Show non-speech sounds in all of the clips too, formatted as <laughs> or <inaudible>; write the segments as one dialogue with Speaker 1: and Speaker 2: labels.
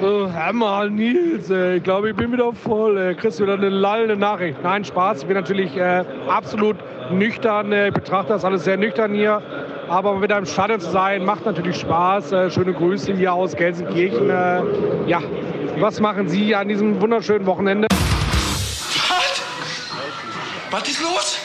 Speaker 1: So, Hammer, Äh, Nils, ey. ich glaube, ich bin wieder voll. Ey. Kriegst du wieder eine lallende Nachricht? Nein, Spaß. Ich bin natürlich äh, absolut nüchtern. Äh, ich betrachte das alles sehr nüchtern hier. Aber mit einem Stadion zu sein, macht natürlich Spaß. Äh, schöne Grüße hier aus Gelsenkirchen. Äh, ja, was machen Sie an diesem wunderschönen Wochenende?
Speaker 2: Was? Was ist los?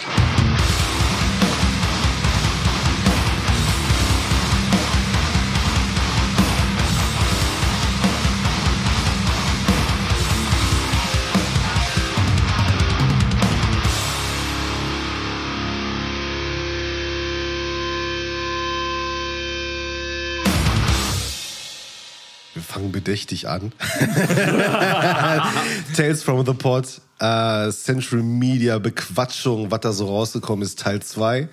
Speaker 3: Wir fangen bedächtig an. <laughs> Tales from the Pod, äh, Central Media, Bequatschung, was da so rausgekommen ist, Teil 2.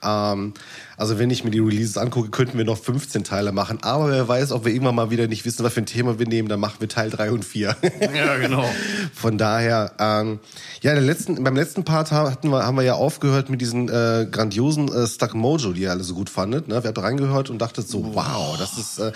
Speaker 3: Ähm, also wenn ich mir die Releases angucke, könnten wir noch 15 Teile machen. Aber wer weiß, ob wir irgendwann mal wieder nicht wissen, was für ein Thema wir nehmen, dann machen wir Teil 3 und 4.
Speaker 4: <laughs> Ja, genau.
Speaker 3: <laughs> Von daher, ähm, ja, in der letzten, beim letzten Part ha- hatten wir, haben wir ja aufgehört mit diesen äh, grandiosen äh, Stuck Mojo, die ihr alle so gut fandet. Ne? Wer hat reingehört und dachtet so, wow, das ist, äh,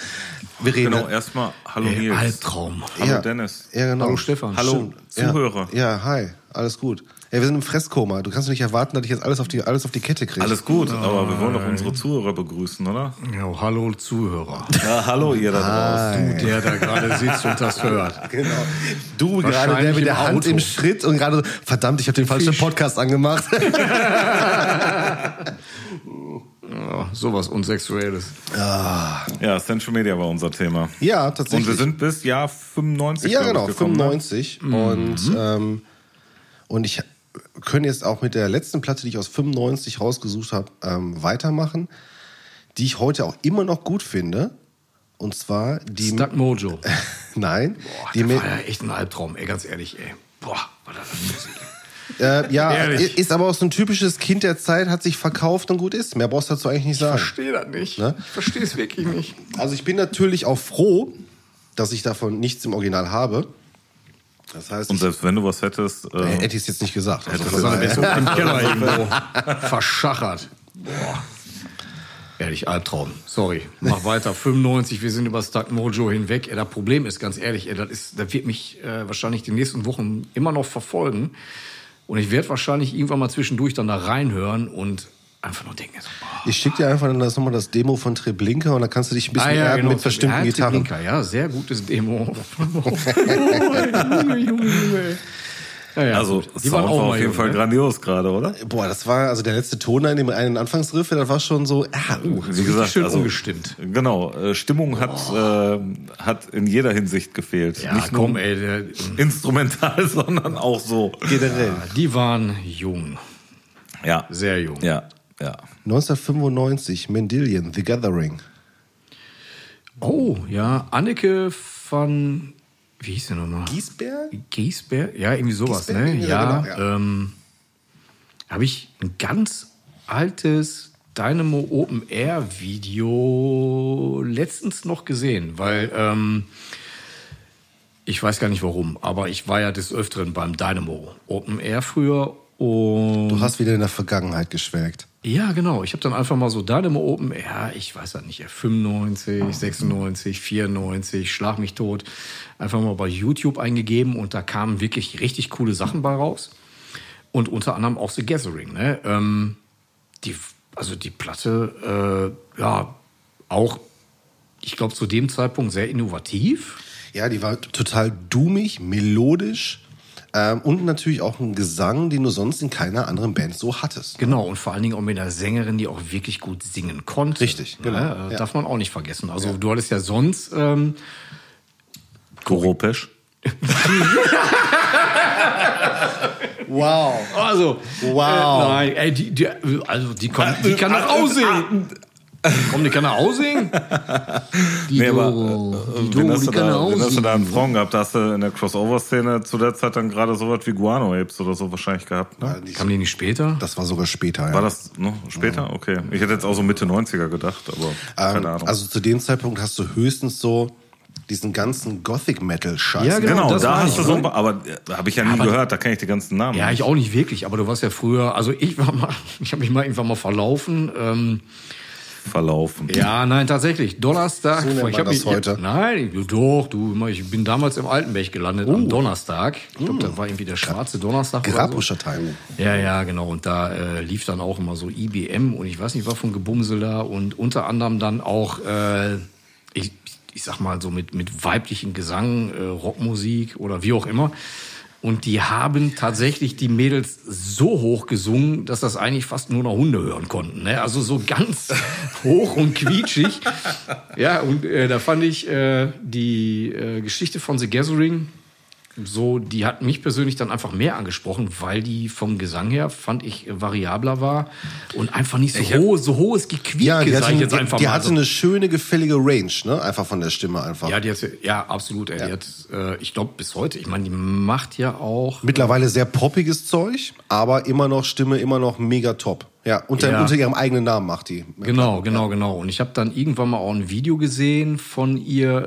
Speaker 3: wir reden.
Speaker 5: Genau, erstmal Hallo
Speaker 4: Ey,
Speaker 5: Nils.
Speaker 4: Albtraum.
Speaker 5: Hallo
Speaker 3: ja,
Speaker 5: Dennis.
Speaker 3: Ja, genau.
Speaker 4: Hallo Stefan.
Speaker 5: Hallo
Speaker 3: Ja,
Speaker 5: Zuhörer.
Speaker 3: Ja, hi, alles gut. Ey, wir sind im Fresskoma. Du kannst nicht erwarten, dass ich jetzt alles auf die, alles auf die Kette kriege.
Speaker 5: Alles gut, aber wir wollen doch unsere Zuhörer begrüßen, oder?
Speaker 4: Ja, hallo <laughs> Zuhörer.
Speaker 5: Ja, hallo ihr da draußen.
Speaker 4: Du, der da gerade sitzt und das hört.
Speaker 3: Genau. Du gerade
Speaker 4: Wahrscheinlich
Speaker 3: der mit der
Speaker 4: im
Speaker 3: Hand
Speaker 4: Auto.
Speaker 3: im Schritt und gerade so, verdammt, ich habe den falschen
Speaker 4: Fisch.
Speaker 3: Podcast angemacht.
Speaker 4: Ja, sowas Unsexuelles.
Speaker 5: Ja, Central Media war unser Thema.
Speaker 3: <laughs> ja, tatsächlich.
Speaker 5: Und wir sind bis Jahr 95
Speaker 3: ja,
Speaker 5: glaub ich,
Speaker 3: genau,
Speaker 5: gekommen. ne?
Speaker 3: 95. Und, ähm, und ich können jetzt auch mit der letzten Platte, die ich aus 95 rausgesucht habe, ähm, weitermachen, die ich heute auch immer noch gut finde. Und zwar die.
Speaker 4: Stuck Mojo.
Speaker 3: Nein,
Speaker 4: Boah,
Speaker 3: die
Speaker 4: das
Speaker 3: mit,
Speaker 4: war ja echt ein Albtraum, ey, ganz ehrlich, ey. Boah, war das eine Musik.
Speaker 3: äh, ja,
Speaker 4: Ehrlich.
Speaker 3: ist aber auch so ein typisches Kind der Zeit, hat sich verkauft und gut ist. Mehr brauchst du dazu eigentlich nicht sagen.
Speaker 4: Ich verstehe das nicht.
Speaker 3: Ne?
Speaker 4: Ich verstehe es wirklich nicht.
Speaker 3: Also ich bin natürlich auch froh, dass ich davon nichts im Original habe. Das heißt,
Speaker 5: Und selbst wenn du was hättest,
Speaker 3: äh,
Speaker 5: äh,
Speaker 3: hätte ich es jetzt nicht gesagt. Also
Speaker 4: Das
Speaker 3: von
Speaker 4: war
Speaker 3: daher-
Speaker 4: so im Keller irgendwo. Verschachert. Boah. Ehrlich, Albtraum. Sorry. Mach weiter. 95, wir sind über Stuck Mojo hinweg. Ey, das Problem ist, ganz ehrlich, ey, das, ist, das wird mich äh, wahrscheinlich die nächsten Wochen immer noch verfolgen. Und ich werde wahrscheinlich irgendwann mal zwischendurch dann da reinhören und einfach nur denken, so, boah.
Speaker 3: ich schicke dir einfach dann das nochmal das Demo von Treblinka und dann kannst du dich ein bisschen erden
Speaker 4: genau,
Speaker 3: mit bestimmten
Speaker 4: Ah, Ja,
Speaker 3: Gitarren.
Speaker 4: Treblinka, ja, sehr gutes Demo. Junge, Junge, Junge. Ja, ja,
Speaker 5: also
Speaker 4: gut.
Speaker 5: Sound war auf
Speaker 4: mal
Speaker 5: jeden
Speaker 4: jung,
Speaker 5: Fall
Speaker 4: ne?
Speaker 5: grandios gerade, oder?
Speaker 3: Boah, das war also der letzte Ton in dem einen Anfangsriff, das war schon so, ah, uh,
Speaker 5: Wie gesagt, also
Speaker 4: schön umgestimmt.
Speaker 5: Genau, äh, Stimmung hat, äh, hat in jeder Hinsicht gefehlt.
Speaker 4: Ja,
Speaker 5: Nicht nur
Speaker 4: komm, ey, der,
Speaker 5: instrumental, <laughs> sondern auch so.
Speaker 3: generell.
Speaker 4: Ah, Die waren jung,
Speaker 5: Ja,
Speaker 4: sehr jung.
Speaker 5: ja, ja.
Speaker 3: 1995, Mendelian, The Gathering.
Speaker 4: Oh, ja, Anneke von, wie hieß sie nochmal?
Speaker 3: Giesberg?
Speaker 4: Giesberg? Ja, irgendwie sowas,
Speaker 3: Giesberg,
Speaker 4: ne?
Speaker 3: ja,
Speaker 4: Ja,
Speaker 3: genau, ja.
Speaker 4: ähm, habe ich ein ganz altes Dynamo Open Air Video letztens noch gesehen, weil ähm, ich weiß gar nicht warum, aber ich war ja des Öfteren beim Dynamo Open Air früher und
Speaker 3: Du hast wieder in der Vergangenheit geschwelgt.
Speaker 4: Ja, genau. Ich habe dann einfach mal so Dynamo Open, ja, ich weiß ja nicht, ja,
Speaker 3: Ah.
Speaker 4: 95, 96, 94, schlag mich tot, einfach mal bei YouTube eingegeben und da kamen wirklich richtig coole Sachen bei raus. Und unter anderem auch The Gathering, ne? Ähm, die, also die Platte, äh, ja, auch, ich glaube, zu dem Zeitpunkt sehr innovativ.
Speaker 3: Ja, die war t- total doomig, melodisch ähm, und natürlich auch ein Gesang, den du sonst in keiner anderen Band so hattest.
Speaker 4: Genau, und vor allen Dingen auch mit einer Sängerin, die auch wirklich gut singen konnte.
Speaker 3: Richtig, genau,
Speaker 4: Ne? Äh,
Speaker 3: ja.
Speaker 4: Darf man auch nicht vergessen. Also du hattest ja sonst ähm,
Speaker 5: Goropesch.
Speaker 3: Wow.
Speaker 4: Also,
Speaker 3: Wow. Äh,
Speaker 4: Äh, nein, ey, die, die, also die, kann, die kann doch aussehen. Komm, die kann
Speaker 3: <laughs>
Speaker 4: doch aussehen. Die
Speaker 5: Nee, aber
Speaker 4: Doro,
Speaker 5: äh,
Speaker 4: die
Speaker 5: wenn
Speaker 4: Doro,
Speaker 5: hast
Speaker 4: die
Speaker 5: du
Speaker 4: kann doch
Speaker 5: da, wenn hast du da einen
Speaker 4: aussehen.
Speaker 5: Song gehabt, da hast du in der Crossover-Szene zu der Zeit dann gerade so was wie Guano Apes oder so wahrscheinlich gehabt. Ne?
Speaker 4: Kam die nicht später?
Speaker 3: Das war sogar später. Ja.
Speaker 5: War das noch später? Okay. Ich hätte jetzt auch so Mitte 90er gedacht, aber keine Ahnung.
Speaker 3: Also zu dem Zeitpunkt hast du höchstens so diesen ganzen Gothic-Metal-Scheiß.
Speaker 4: Ja,
Speaker 5: genau,
Speaker 4: das
Speaker 5: da
Speaker 4: meine
Speaker 5: hast
Speaker 4: ich,
Speaker 5: du so ein
Speaker 4: ne?
Speaker 5: paar, aber äh, habe ich ja nie gehört, da kenne ich die ganzen Namen.
Speaker 4: Ja, ich auch <laughs> nicht wirklich, aber du warst ja früher, also ich war mal, ich habe mich mal irgendwann mal verlaufen. Ähm,
Speaker 5: verlaufen.
Speaker 4: Ja, nein, tatsächlich. Donnerstag.
Speaker 3: So nennt
Speaker 4: ich
Speaker 3: man
Speaker 4: hab
Speaker 3: das
Speaker 4: mich,
Speaker 3: heute.
Speaker 4: Nein, ich- doch, du, ich bin damals im Altenberg gelandet
Speaker 3: Oh.
Speaker 4: am Donnerstag. Ich
Speaker 3: Hm.
Speaker 4: glaube, da war irgendwie der schwarze Donnerstag. oder so.
Speaker 3: Grabuscher Time.
Speaker 4: Ja, ja, genau. Und da äh, lief dann auch immer so IBM und ich weiß nicht, war von Gebumsel da und unter anderem dann auch, äh, ich, ich sag mal so mit, mit weiblichen Gesang, äh, Rockmusik oder wie auch immer. Und die haben tatsächlich die Mädels so hoch gesungen, dass das eigentlich fast nur noch Hunde hören konnten. Ne? Also so ganz hoch und quietschig. Ja, und äh, da fand ich äh, die äh, Geschichte von The Gathering so, die hat mich persönlich dann einfach mehr angesprochen, weil die vom Gesang her, fand ich, äh, variabler war und einfach nicht so, hohe, so hohes Gequieke,
Speaker 3: Ja, die
Speaker 4: sag
Speaker 3: hatte,
Speaker 4: ich jetzt
Speaker 3: die,
Speaker 4: einfach
Speaker 3: die
Speaker 4: mal.
Speaker 3: hatte
Speaker 4: so.
Speaker 3: eine schöne, gefällige Range, ne? Einfach von der Stimme einfach.
Speaker 4: ja, die hat, ja, absolut. Ey, Die hat, äh, ich glaube, bis heute, ich meine, die macht ja auch.
Speaker 3: Mittlerweile sehr poppiges Zeug, aber immer noch Stimme, immer noch mega top. Ja, unter,
Speaker 4: Ja.
Speaker 3: unter ihrem eigenen Namen macht die.
Speaker 4: Genau, genau, genau. Und ich habe dann irgendwann mal auch ein Video gesehen von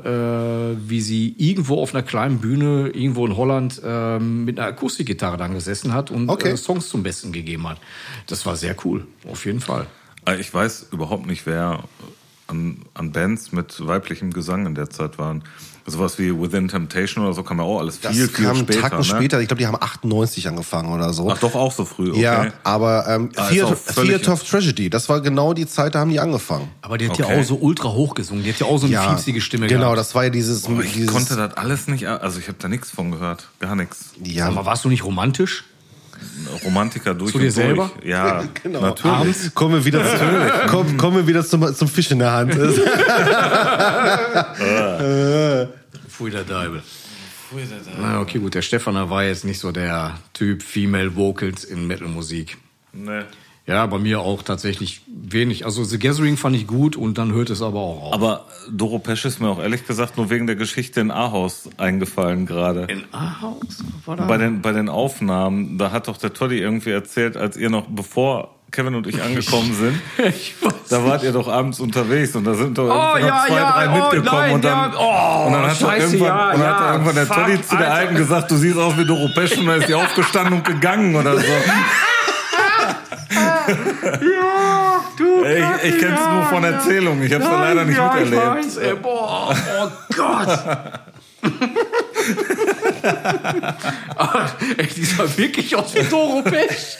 Speaker 4: ihr, äh, wie sie irgendwo auf einer kleinen Bühne, irgendwo in Holland, ähm, mit einer Akustikgitarre dann gesessen hat und
Speaker 3: Okay.
Speaker 4: äh, Songs zum Besten gegeben hat. Das war sehr cool, auf jeden Fall.
Speaker 5: Äh, Ich weiß überhaupt nicht, wer an, an Bands mit weiblichem Gesang in der Zeit waren. Sowas wie Within Temptation oder so kam ja auch alles
Speaker 3: Das
Speaker 5: viel, viel
Speaker 3: kam
Speaker 5: später.
Speaker 3: Tacken
Speaker 5: ne?
Speaker 3: später, ich glaube, die haben 98 angefangen oder so.
Speaker 5: Ach doch, auch so früh, okay.
Speaker 3: Ja, aber ähm,
Speaker 5: Ah, ist
Speaker 3: Theater,
Speaker 5: auch völlig-
Speaker 3: Theater of Tragedy, das war genau die Zeit, da haben die angefangen.
Speaker 4: Aber die hat ja
Speaker 5: Okay.
Speaker 4: auch so ultra hoch gesungen. Die hat ja auch so eine fiepsige Stimme
Speaker 3: Genau,
Speaker 4: gehabt.
Speaker 3: das war ja dieses.
Speaker 5: Aber ich
Speaker 3: dieses
Speaker 5: konnte das alles nicht, a- also ich habe da nichts von gehört, gar nichts.
Speaker 3: ja,
Speaker 4: Aber warst du nicht romantisch?
Speaker 5: Romantiker durch
Speaker 4: Zu
Speaker 5: und
Speaker 4: dir
Speaker 5: durch.
Speaker 4: selber?
Speaker 5: Ja,
Speaker 4: Genau. <laughs>
Speaker 5: natürlich.
Speaker 4: Abends?
Speaker 3: Kommen wir wieder, zu, komm, kommen wir wieder zum, zum Fisch in der Hand.
Speaker 4: Pfui der Deibel. Na, okay, gut. Der Stefaner war jetzt nicht so der Typ Female Vocals in Metal-Musik.
Speaker 5: Nee.
Speaker 4: Ja, bei mir auch tatsächlich wenig. Also The Gathering fand ich gut und dann hört es aber auch auf.
Speaker 5: Aber Doro Pesch ist mir auch ehrlich gesagt nur wegen der Geschichte in Ahaus eingefallen gerade.
Speaker 4: in Ahaus Ah, war da?
Speaker 5: Bei den, bei den Aufnahmen, da hat doch der Toddy irgendwie erzählt, als ihr noch, bevor Kevin und ich
Speaker 4: <laughs>
Speaker 5: angekommen sind,
Speaker 4: ich weiß
Speaker 5: da wart ihr doch abends unterwegs und da sind doch
Speaker 4: Oh,
Speaker 5: irgendwie noch
Speaker 4: ja,
Speaker 5: zwei,
Speaker 4: ja,
Speaker 5: drei
Speaker 4: oh,
Speaker 5: mitgekommen
Speaker 4: nein,
Speaker 5: und dann,
Speaker 4: ja, oh,
Speaker 5: und dann hat, doch
Speaker 4: scheiße,
Speaker 5: irgendwann, und dann
Speaker 4: ja,
Speaker 5: hat
Speaker 4: ja,
Speaker 5: doch irgendwann der
Speaker 4: fuck,
Speaker 5: Toddy zu der
Speaker 4: Alter.
Speaker 5: Alten gesagt, du siehst aus wie Doro Pesch und dann ist die aufgestanden und gegangen oder so.
Speaker 4: du
Speaker 5: Ey, Ich, ich kenn's nur von Erzählungen, ich hab's da leider nicht
Speaker 4: ja,
Speaker 5: miterlebt.
Speaker 4: Ich weiß, ey, boah, oh Gott. Aber, ey, die sah wirklich aus wie Doro <laughs> Pesch.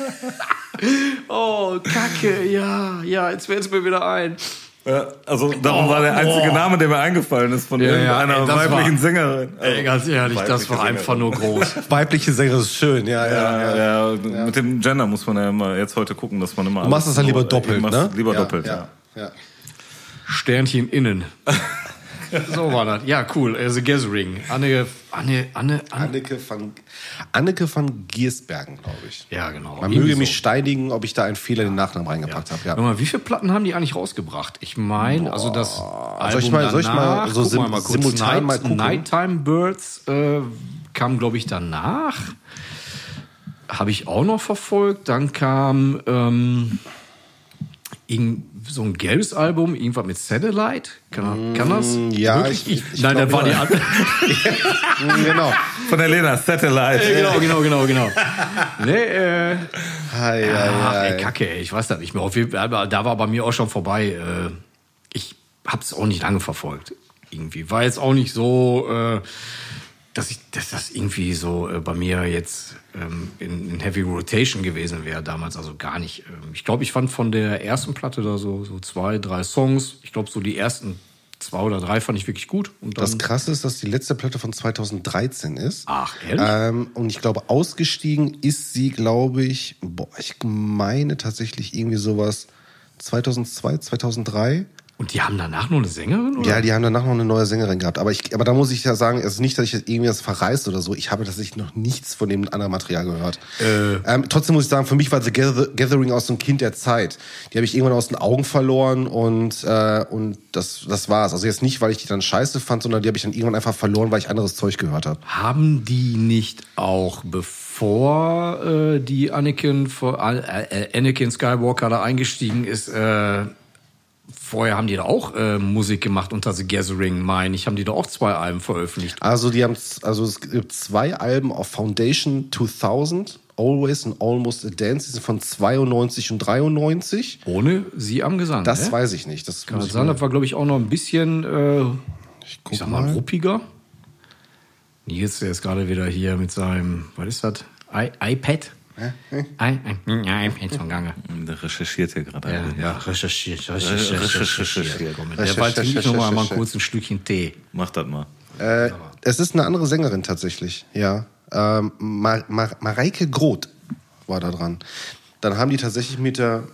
Speaker 4: Oh, Kacke, ja, ja, jetzt fällt es mir wieder ein.
Speaker 5: Ja, also darum
Speaker 4: Oh,
Speaker 5: war der einzige
Speaker 4: boah.
Speaker 5: Name, der mir eingefallen ist von
Speaker 4: Ja, ja,
Speaker 5: irgendeiner
Speaker 4: ey, das
Speaker 5: weiblichen
Speaker 4: war-
Speaker 5: Sängerin. Also
Speaker 4: Ey, ganz ehrlich, das war
Speaker 5: Weibliche
Speaker 4: einfach nur groß.
Speaker 3: Weibliche Sänger ist schön, ja, ja. ja.
Speaker 5: Ja, ja, mit dem Gender muss man ja immer jetzt heute gucken, dass man immer. genau-
Speaker 3: Du machst es dann lieber doppelt, ne?
Speaker 5: Lieber
Speaker 3: ja,
Speaker 5: doppelt, ja.
Speaker 3: Ja, ja.
Speaker 4: Sternchen innen. so war das. Ja, cool. Äh, The Gathering. Anne, Anne, Anne, Anne.
Speaker 3: Anneke van, Anneke van Giersbergen, glaube ich.
Speaker 4: Ja, genau.
Speaker 3: Man
Speaker 4: Irgendwie
Speaker 3: möge
Speaker 4: so.
Speaker 3: mich steinigen, ob ich da einen Fehler in den Nachnamen reingepackt habe. Ja.
Speaker 4: Sag mal, wie viele Platten haben die eigentlich rausgebracht? Ich meine, also das Album
Speaker 3: Soll ich mal-
Speaker 4: danach,
Speaker 3: soll ich mal so sim-
Speaker 4: guck kurz,
Speaker 3: simultan
Speaker 4: Night,
Speaker 3: mal gucken?
Speaker 4: Nighttime Birds äh, kam, glaube ich, danach. Habe ich auch noch verfolgt. Dann kam ähm, irgend- so ein gelbes Album, irgendwas mit Satellite. Kann, kann das?
Speaker 3: Mm, ja,
Speaker 4: Wirklich?
Speaker 3: ich- ich
Speaker 4: Nein,
Speaker 3: glaub,
Speaker 4: das war die
Speaker 3: ja.
Speaker 4: andere.
Speaker 3: Mhm, genau.
Speaker 5: Von der Lena, Satellite.
Speaker 4: genau, genau, genau, genau.
Speaker 3: <laughs>
Speaker 4: Nee,
Speaker 3: Hi,
Speaker 4: äh, Ach,
Speaker 3: hi,
Speaker 4: ey,
Speaker 3: hi.
Speaker 4: Kacke, ey, ich weiß das nicht mehr. Auf jeden Fall, aber da war bei mir auch schon vorbei. Äh, Ich hab's auch nicht lange verfolgt. Irgendwie war jetzt auch nicht so, äh, dass ich, dass das irgendwie so äh, bei mir jetzt ähm, in, in Heavy Rotation gewesen wäre damals. Also gar nicht. Ähm, Ich glaube, ich fand von der ersten Platte da so, so zwei, drei Songs. Ich glaube, so die ersten zwei oder drei fand ich wirklich gut. Und dann,
Speaker 3: Das Krasse ist, dass die letzte Platte von 2013 ist.
Speaker 4: Ach, ehrlich?
Speaker 3: Ähm, und ich glaube, ausgestiegen ist sie, glaube ich, boah, ich meine tatsächlich irgendwie sowas 2002, 2003.
Speaker 4: und die haben danach nur eine Sängerin? Oder?
Speaker 3: Ja, die haben danach noch eine neue Sängerin gehabt. Aber, ich, aber da muss ich ja sagen, es ist nicht, dass ich jetzt irgendwie das verreist oder so. Ich habe tatsächlich noch nichts von dem anderen Material gehört. Ähm, trotzdem muss ich sagen, für mich war The Gather- Gathering aus so ein Kind der Zeit. Die habe ich irgendwann aus den Augen verloren und, äh, und das, das war's. Also jetzt nicht, weil ich die dann scheiße fand, sondern die habe ich dann irgendwann einfach verloren, weil ich anderes Zeug gehört habe.
Speaker 4: Haben die nicht auch bevor äh, die Anakin vor- äh, äh, Anakin Skywalker da eingestiegen ist, äh, vorher haben die da auch äh, Musik gemacht unter The Gathering, meine ich, haben die da auch zwei Alben veröffentlicht.
Speaker 3: Also die haben z- also es gibt zwei Alben auf Foundation 2000 Always and Almost a Dance. Die sind von 92 und 93.
Speaker 4: Ohne sie am Gesang.
Speaker 3: Das
Speaker 4: ne?
Speaker 3: weiß ich nicht. Das
Speaker 4: Kann
Speaker 3: muss
Speaker 4: man
Speaker 3: ich
Speaker 4: sagen,
Speaker 3: mal-
Speaker 4: das war, glaube ich, auch noch ein bisschen, äh,
Speaker 3: ich guck
Speaker 4: ich sag mal, ruppiger. Nils, der ist gerade wieder hier mit seinem, was ist das? I iPad? I I iPad zum Gange.
Speaker 5: Der recherchiert hier gerade.
Speaker 4: Ja,
Speaker 5: Ja.
Speaker 4: ja. recherchiert, recherchiert, recherchiert. Komm, Der war
Speaker 3: Recherchiert,
Speaker 4: jetzt noch mal, mal
Speaker 3: recherchiert.
Speaker 4: kurz ein Stückchen Tee.
Speaker 5: Mach das mal.
Speaker 3: Äh, es ist eine andere Sängerin tatsächlich, ja. Ähm, Mar Mar Mareike Groth war da dran. Dann haben die tatsächlich mit der,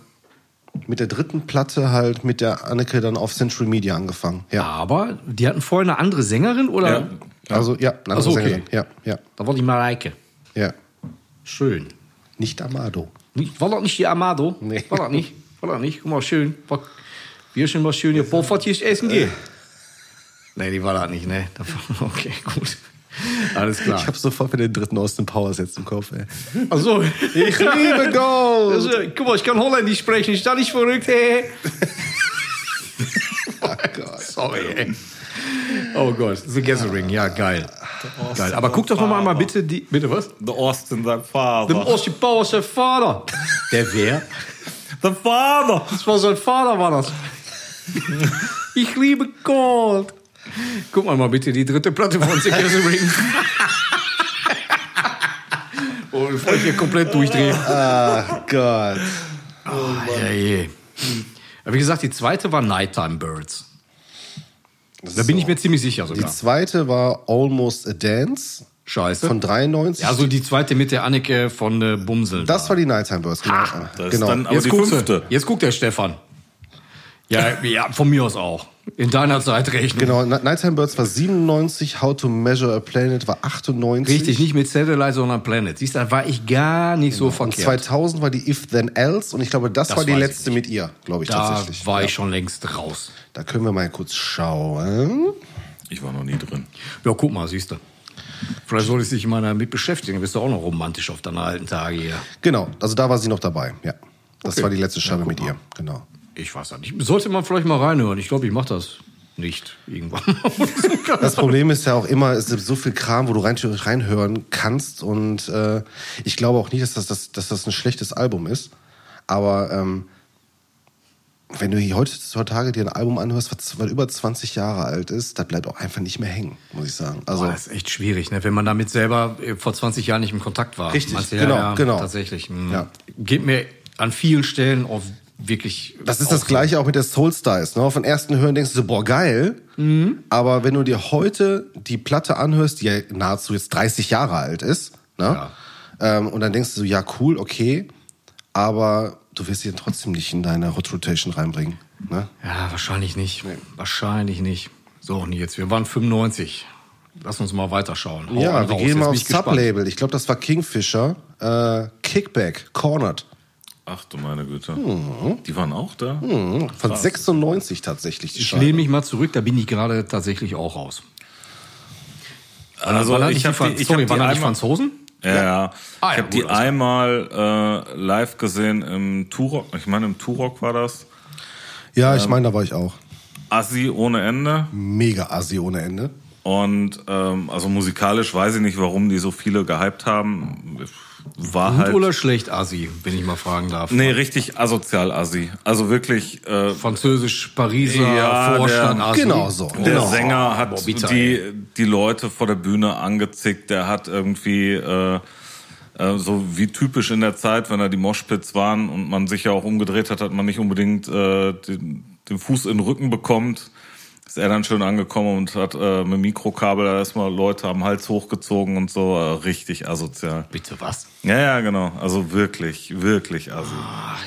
Speaker 3: mit der dritten Platte halt mit der Anneke dann auf Central Media angefangen. Ja.
Speaker 4: Aber die hatten vorher eine andere Sängerin, oder?
Speaker 5: Ja.
Speaker 3: Also, ja, eine andere
Speaker 4: so, okay.
Speaker 3: Sängerin. Ja, ja,
Speaker 4: Da war die Mareike.
Speaker 3: ja.
Speaker 4: Schön.
Speaker 3: Nicht Amado.
Speaker 4: Nicht- War das nicht die Amado?
Speaker 3: Nee.
Speaker 4: War das nicht? War das nicht? Guck mal, schön. Was- Wir schon mal schön hier Poffertjes essen gehen.
Speaker 3: Äh.
Speaker 4: Nee, die war das nicht, ne? <laughs> Da war- Okay, gut. Alles
Speaker 3: Ich
Speaker 4: klar.
Speaker 3: habe sofort wieder den dritten Austin Powers jetzt im Kopf, ey.
Speaker 4: Also, <laughs>
Speaker 3: Ich liebe Gold!
Speaker 4: also, guck mal, ich kann Holländisch sprechen. Ist das nicht verrückt, hey? Sorry, ey. Oh Gott, The Gathering, ja, geil. geil. Ah, Aber guck doch noch mal einmal bitte die. Bitte was?
Speaker 5: The Austin, sein
Speaker 4: Dem
Speaker 5: Vater.
Speaker 4: Ossi Bauer, sein Vater. Der wer?
Speaker 5: The Father.
Speaker 4: Das war sein Vater, war das. Ich liebe Gold. Guck mal, mal bitte die dritte Platte von The Gathering. Oh, bevor ich hier komplett durchdrehe.
Speaker 3: Ach Gott.
Speaker 4: Ja, je. Aber wie gesagt, die zweite war Nighttime Birds. Da bin ich mir ziemlich sicher
Speaker 3: Die
Speaker 4: sogar.
Speaker 3: zweite war Almost a Dance
Speaker 4: Scheiße.
Speaker 3: von 93.
Speaker 4: ja, so die zweite mit der Anneke von äh, Bumseln.
Speaker 3: das war die Nighttime Burst. Genau.
Speaker 5: Das
Speaker 3: genau.
Speaker 5: ist dann aber
Speaker 4: jetzt,
Speaker 5: die
Speaker 4: guckst du.
Speaker 5: fünfte.
Speaker 4: jetzt guckt der Stefan. Ja, ja, von mir aus auch. In deiner Zeit rechnen.
Speaker 3: Genau, Ni- Nighttime Birds war 97, How to Measure a Planet war 98.
Speaker 4: Richtig, nicht mit Satellite, sondern Planet. Siehst du, da war ich gar nicht so
Speaker 3: Genau. Und
Speaker 4: verkehrt.
Speaker 3: 2000 war die If Then Else und ich glaube, das,
Speaker 4: Das
Speaker 3: war die
Speaker 4: weiß ich
Speaker 3: letzte mit ihr, glaube ich
Speaker 4: Da
Speaker 3: tatsächlich.
Speaker 4: war ich schon längst raus.
Speaker 3: Da können wir mal kurz schauen.
Speaker 5: Ich war noch nie drin.
Speaker 4: Ja, guck mal, siehst du. Vielleicht sollte ich dich mal damit beschäftigen. Du bist doch auch noch romantisch auf deine alten Tage hier.
Speaker 3: Genau, also da war sie noch dabei, ja. Das
Speaker 4: Okay.
Speaker 3: war die letzte Scheibe mit ihr, genau.
Speaker 4: Ich weiß ja nicht. Sollte man vielleicht mal reinhören. Ich glaube, ich mache das nicht irgendwann. <laughs>
Speaker 3: Das Problem ist ja auch immer, es gibt so viel Kram, wo du rein, reinhören kannst. Und äh, ich glaube auch nicht, dass das, dass, dass das ein schlechtes Album ist. Aber ähm, wenn du hier heutzutage dir ein Album anhörst, was, was über 20 Jahre alt ist, das bleibt auch einfach nicht mehr hängen, muss ich sagen. Also,
Speaker 4: Boah, das ist echt schwierig, ne? wenn man damit selber äh, vor 20 Jahren nicht im Kontakt war.
Speaker 3: Richtig,
Speaker 4: Meinst du,
Speaker 3: genau, genau.
Speaker 4: Tatsächlich. Hm.
Speaker 3: Ja.
Speaker 4: Geht mir an vielen Stellen auf wirklich.
Speaker 3: das ist das Gleiche auch mit der Soul Styles. Ne? Auf den ersten Hören denkst du so, boah, geil.
Speaker 4: Mhm.
Speaker 3: Aber wenn du dir heute die Platte anhörst, die ja nahezu jetzt 30 Jahre alt ist, ne? ähm, und dann denkst du so, ja, cool, okay, aber du wirst sie dann trotzdem nicht in deine Hot Rotation reinbringen. Ne?
Speaker 4: Ja, wahrscheinlich nicht. Wahrscheinlich nicht. So, Nils, wir waren 95. Lass uns mal weiterschauen. Hau
Speaker 3: Ja,
Speaker 4: einen
Speaker 3: wir
Speaker 4: raus.
Speaker 3: gehen
Speaker 4: Jetzt
Speaker 3: mal
Speaker 4: bin
Speaker 3: aufs
Speaker 4: ich gespannt.
Speaker 3: Sublabel. Ich glaube, das war Kingfisher. Äh, Kickback, Cornered.
Speaker 5: Ach du meine Güte. Die waren auch da?
Speaker 3: Von 96 tatsächlich, die
Speaker 4: Ich
Speaker 3: Scheibe.
Speaker 4: lehne mich mal zurück, da bin ich gerade tatsächlich auch raus.
Speaker 5: Also
Speaker 4: Waren das
Speaker 5: ich
Speaker 4: nicht
Speaker 5: habe
Speaker 4: Franz-
Speaker 5: die, ich
Speaker 4: sorry,
Speaker 5: hab die
Speaker 4: waren das nicht
Speaker 5: einmal,
Speaker 4: Franzosen?
Speaker 5: ja, ja.
Speaker 4: Ah,
Speaker 5: ich
Speaker 4: ja,
Speaker 5: habe die
Speaker 4: gut, also.
Speaker 5: einmal äh, live gesehen im Turok. Ich meine, im Turok war das.
Speaker 3: Ja,
Speaker 4: Ähm.
Speaker 3: ich meine, da war ich auch.
Speaker 5: Assi ohne Ende.
Speaker 3: Mega assi ohne Ende.
Speaker 5: Und ähm, also musikalisch weiß ich nicht, warum die so viele gehypt haben. War
Speaker 4: Gut
Speaker 5: halt.
Speaker 4: oder schlecht, Asi, wenn ich mal fragen darf.
Speaker 5: nee, richtig asozial Assi. Also wirklich. Äh,
Speaker 4: Französisch, Pariser,
Speaker 5: Ja,
Speaker 4: Vorstand,
Speaker 5: der-
Speaker 4: Asi.
Speaker 3: Genau so.
Speaker 5: Der
Speaker 3: Genau.
Speaker 5: Sänger hat
Speaker 4: Boah, bitter,
Speaker 5: die,
Speaker 4: ey.
Speaker 5: die Leute vor der Bühne angezickt. Der hat irgendwie, äh, äh, so wie typisch in der Zeit, wenn da die Moshpits waren und man sich ja auch umgedreht hat, hat man nicht unbedingt äh, den, den Fuß in den Rücken bekommt. Ist er dann schön angekommen und hat äh, mit dem Mikrokabel erstmal Leute am Hals hochgezogen und so. Äh, richtig asozial.
Speaker 4: Bitte was?
Speaker 5: Ja, ja, genau. Also wirklich, wirklich assi.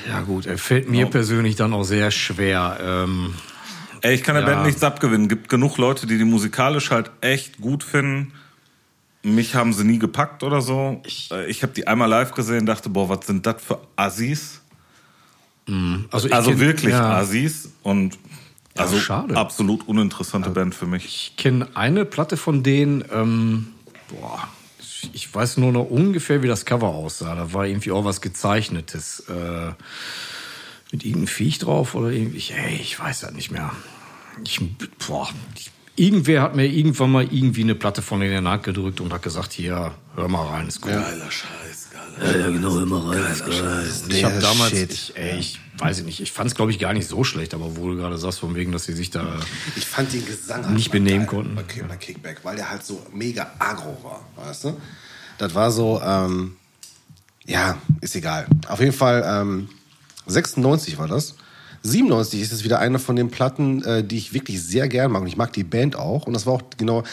Speaker 4: Ja gut, er fällt mir persönlich dann auch sehr schwer. Ähm,
Speaker 5: Ey, ich kann der
Speaker 4: Ja.
Speaker 5: Band nichts abgewinnen. Gibt genug Leute, die die musikalisch halt echt gut finden. Mich haben sie nie gepackt oder so. Ich, ich habe die einmal live gesehen, dachte, boah, was sind das für Assis?
Speaker 4: also ich
Speaker 5: Also
Speaker 4: kenn-
Speaker 5: wirklich
Speaker 4: ja,
Speaker 5: Assis und also
Speaker 4: schade. Also
Speaker 5: absolut uninteressante Band für mich.
Speaker 4: Ich kenne eine Platte von denen, ähm, boah, ich weiß nur noch ungefähr, wie das Cover aussah. Da war irgendwie auch was gezeichnetes. Äh, mit irgendeinem Viech drauf oder irgendwie. Ich, ey, ich weiß das nicht mehr. Ich, boah, ich, Irgendwer hat mir irgendwann mal irgendwie eine Platte von in der Naht gedrückt und hat gesagt, hier, hör mal rein, ist cool.
Speaker 2: Geiler Scheiß, geiler
Speaker 4: Ja, genau, immer rein. Ich
Speaker 3: Der
Speaker 4: habe damals,
Speaker 3: Shit.
Speaker 4: ich, ey, ich weiß nicht, ich fand es glaube ich gar nicht so schlecht, aber wo du gerade sagst, von wegen, dass sie sich da
Speaker 3: Ich fand den Gesang halt
Speaker 4: Nicht
Speaker 3: mal
Speaker 4: benehmen
Speaker 3: geil
Speaker 4: konnten.
Speaker 3: Bei, Kick- bei Kickback, weil der halt so mega agro war, weißt du? Das war so, ähm, ja, ist egal. Auf jeden Fall, ähm, 96 war das. 97 ist es wieder eine von den Platten, äh, die ich wirklich sehr gern mag. Und ich mag die Band auch. Und das war auch genau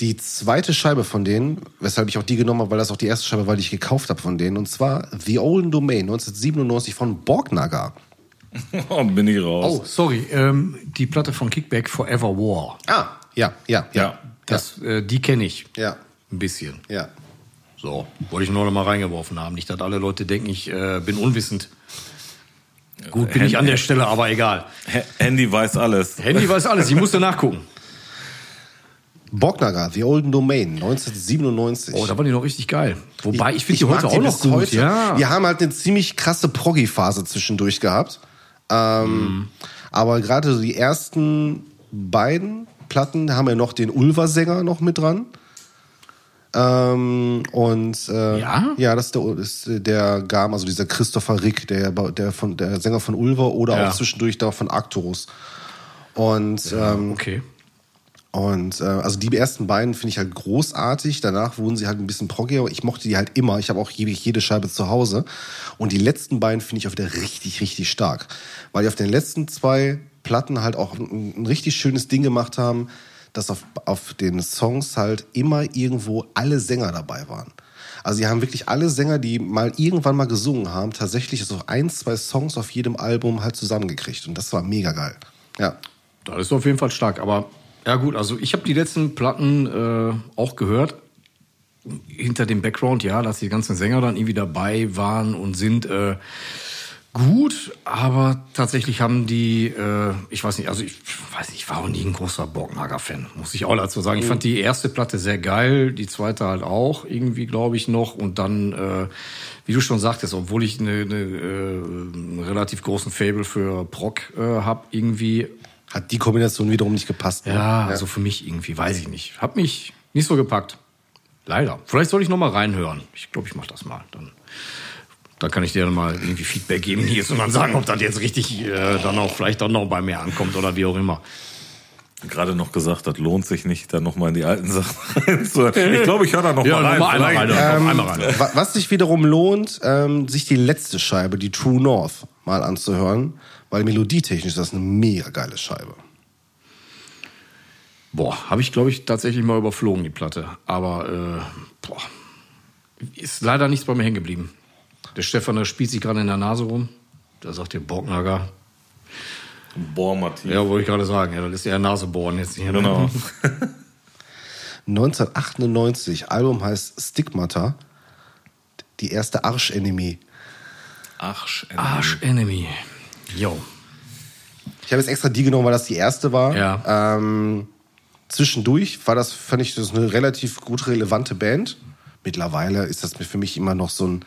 Speaker 3: die zweite Scheibe von denen, weshalb ich auch die genommen habe, weil das auch die erste Scheibe war, die ich gekauft habe von denen. Und zwar The Olden Domain 1997 von Borgnagar.
Speaker 5: <laughs> Oh, bin ich raus.
Speaker 4: Oh, sorry. Ähm, die Platte von Kickback Forever War.
Speaker 3: Ah, ja, ja, ja.
Speaker 5: Ja,
Speaker 4: Das, äh, die kenne ich.
Speaker 3: Ja,
Speaker 4: Ein bisschen.
Speaker 3: ja.
Speaker 4: So, wollte ich nur noch mal reingeworfen haben. Nicht, dass alle Leute denken, ich äh, bin unwissend. Gut, bin ich an der Stelle, aber egal.
Speaker 5: H- Handy weiß alles.
Speaker 4: Handy weiß alles, ich musste nachgucken.
Speaker 3: Borgnagar, The Olden Domain, 1997.
Speaker 4: Oh, da war die noch richtig geil. Wobei, ich finde die
Speaker 3: mag
Speaker 4: heute auch noch
Speaker 3: bis
Speaker 4: gut.
Speaker 3: heute.
Speaker 4: Ja.
Speaker 3: Wir haben halt eine ziemlich krasse Proggy-Phase zwischendurch gehabt. Ähm,
Speaker 4: Mhm.
Speaker 3: Aber gerade so die ersten beiden Platten haben ja noch den Ulver-Sänger noch mit dran. Ähm, und äh,
Speaker 4: Ja?
Speaker 3: das ist der, ist der Gam, also dieser Christopher Rick, der, der, von, der Sänger von Ulver oder
Speaker 4: Ja.
Speaker 3: auch zwischendurch da von Arcturus. Und ähm,
Speaker 4: Okay.
Speaker 3: und äh, also die ersten beiden finde ich halt großartig. Danach wurden sie halt ein bisschen proggier. Ich mochte die halt immer. Ich habe auch jede, jede Scheibe zu Hause. Und die letzten beiden finde ich auch wieder richtig, richtig stark. Weil die auf den letzten zwei Platten halt auch ein, ein richtig schönes Ding gemacht haben, dass auf, auf den Songs halt immer irgendwo alle Sänger dabei waren. Also sie haben wirklich alle Sänger, die mal irgendwann mal gesungen haben, tatsächlich so ein, zwei Songs auf jedem Album halt zusammengekriegt. Und das war mega geil. Ja.
Speaker 4: Das ist auf jeden Fall stark. Aber ja gut, also ich habe die letzten Platten äh, auch gehört. Hinter dem Background, ja, dass die ganzen Sänger dann irgendwie dabei waren und sind äh, gut, aber tatsächlich haben die, äh, ich weiß nicht, also ich weiß nicht, ich war auch nie ein großer Borgnager-Fan, muss ich auch dazu sagen. Ich fand die erste Platte sehr geil, die zweite halt auch irgendwie, glaube ich, noch. Und dann, äh, wie du schon sagtest, obwohl ich eine, eine, äh, einen relativ großen Fable für Prog äh, habe, irgendwie
Speaker 3: Hat die Kombination wiederum nicht gepasst. ne?
Speaker 4: ja, also für mich irgendwie, weiß ich nicht. Hab mich nicht so gepackt. Leider. Vielleicht soll ich noch mal reinhören. Ich glaube, ich mache das mal. Dann, dann kann ich dir dann mal irgendwie Feedback geben hier und dann sagen, ob das jetzt richtig äh, dann auch vielleicht dann noch bei mir ankommt oder wie auch immer.
Speaker 5: Gerade noch gesagt, das lohnt sich nicht, da nochmal in die alten <laughs> Sachen reinzuhören. Ich glaube, ich höre da nochmal
Speaker 4: Ja,
Speaker 5: rein.
Speaker 4: noch mal Ähm, einmal
Speaker 5: Vielleicht-
Speaker 4: reinhören. Noch einmal rein.
Speaker 3: Wa- Was sich wiederum lohnt, ähm, sich die letzte Scheibe, die True North, mal anzuhören, weil melodietechnisch ist das eine mega geile Scheibe.
Speaker 4: Boah, habe ich, glaube ich, tatsächlich mal überflogen, die Platte. Aber äh, boah, ist leider nichts bei mir hängen geblieben. Der Stefan, der spielt sich gerade in der Nase rum. Da sagt der Borgnager.
Speaker 5: Boah, Matthias.
Speaker 4: Ja, Mhm. wollte ich gerade sagen. Ja, das ist eher Nase bohren jetzt hier.
Speaker 5: Genau.
Speaker 3: 1998, Album heißt Stigmata, die erste Arschenemy.
Speaker 5: Arsch.
Speaker 4: Arsch Enemy. Yo.
Speaker 3: Ich habe jetzt extra die genommen, weil das die erste war.
Speaker 4: Ja.
Speaker 3: Ähm, zwischendurch war das, fand ich, das eine relativ gut relevante Band. Mittlerweile ist das für mich immer noch so ein,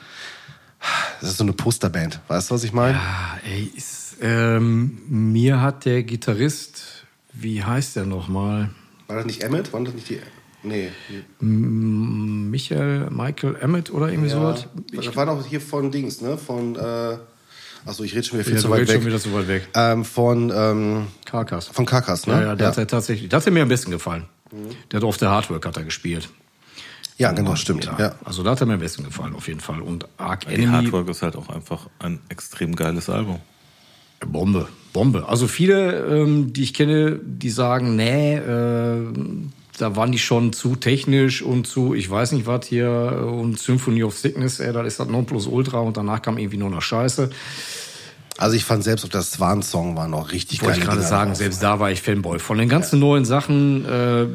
Speaker 3: das ist so eine Posterband. Weißt du, was ich meine?
Speaker 4: Ah, ey, ist, ähm, mir hat der Gitarrist, wie heißt der nochmal?
Speaker 3: War das nicht Emmett? Waren das nicht die? Nee.
Speaker 4: Michael, Michael Emmett oder irgendwie
Speaker 3: Ja.
Speaker 4: sowas?
Speaker 3: Das war doch hier von Dings, ne? Von. Äh, achso, ich rede schon wieder viel
Speaker 4: Ja,
Speaker 3: zu
Speaker 4: du
Speaker 3: weit
Speaker 4: redest
Speaker 3: weg.
Speaker 4: schon wieder zu weit weg.
Speaker 3: Ähm, von, ähm,
Speaker 4: Karkas.
Speaker 3: von Karkas, ne?
Speaker 4: Ja, ja, der hat ja tatsächlich, das hat mir am besten gefallen. Der hat auf der Hardwork hat er gespielt.
Speaker 3: Ja, genau, stimmt. Ja.
Speaker 4: Also da hat er mir am besten gefallen, auf jeden Fall. Und Arc
Speaker 5: Die
Speaker 4: Enemy,
Speaker 5: Hardwork ist halt auch einfach ein extrem geiles Album.
Speaker 4: Bombe, Bombe. Also viele, ähm, die ich kenne, die sagen, nee, äh, da waren die schon zu technisch und zu, ich weiß nicht was hier, äh, und Symphony of Sickness, ey, da ist das Nonplusultra und danach kam irgendwie nur noch Scheiße.
Speaker 3: Also ich fand selbst auf der Swan-Song waren auch richtig geile
Speaker 4: Wollte ich gerade
Speaker 3: Dinger
Speaker 4: sagen,
Speaker 3: drauf.
Speaker 4: selbst da war ich Fanboy. Von den ganzen neuen Sachen, äh,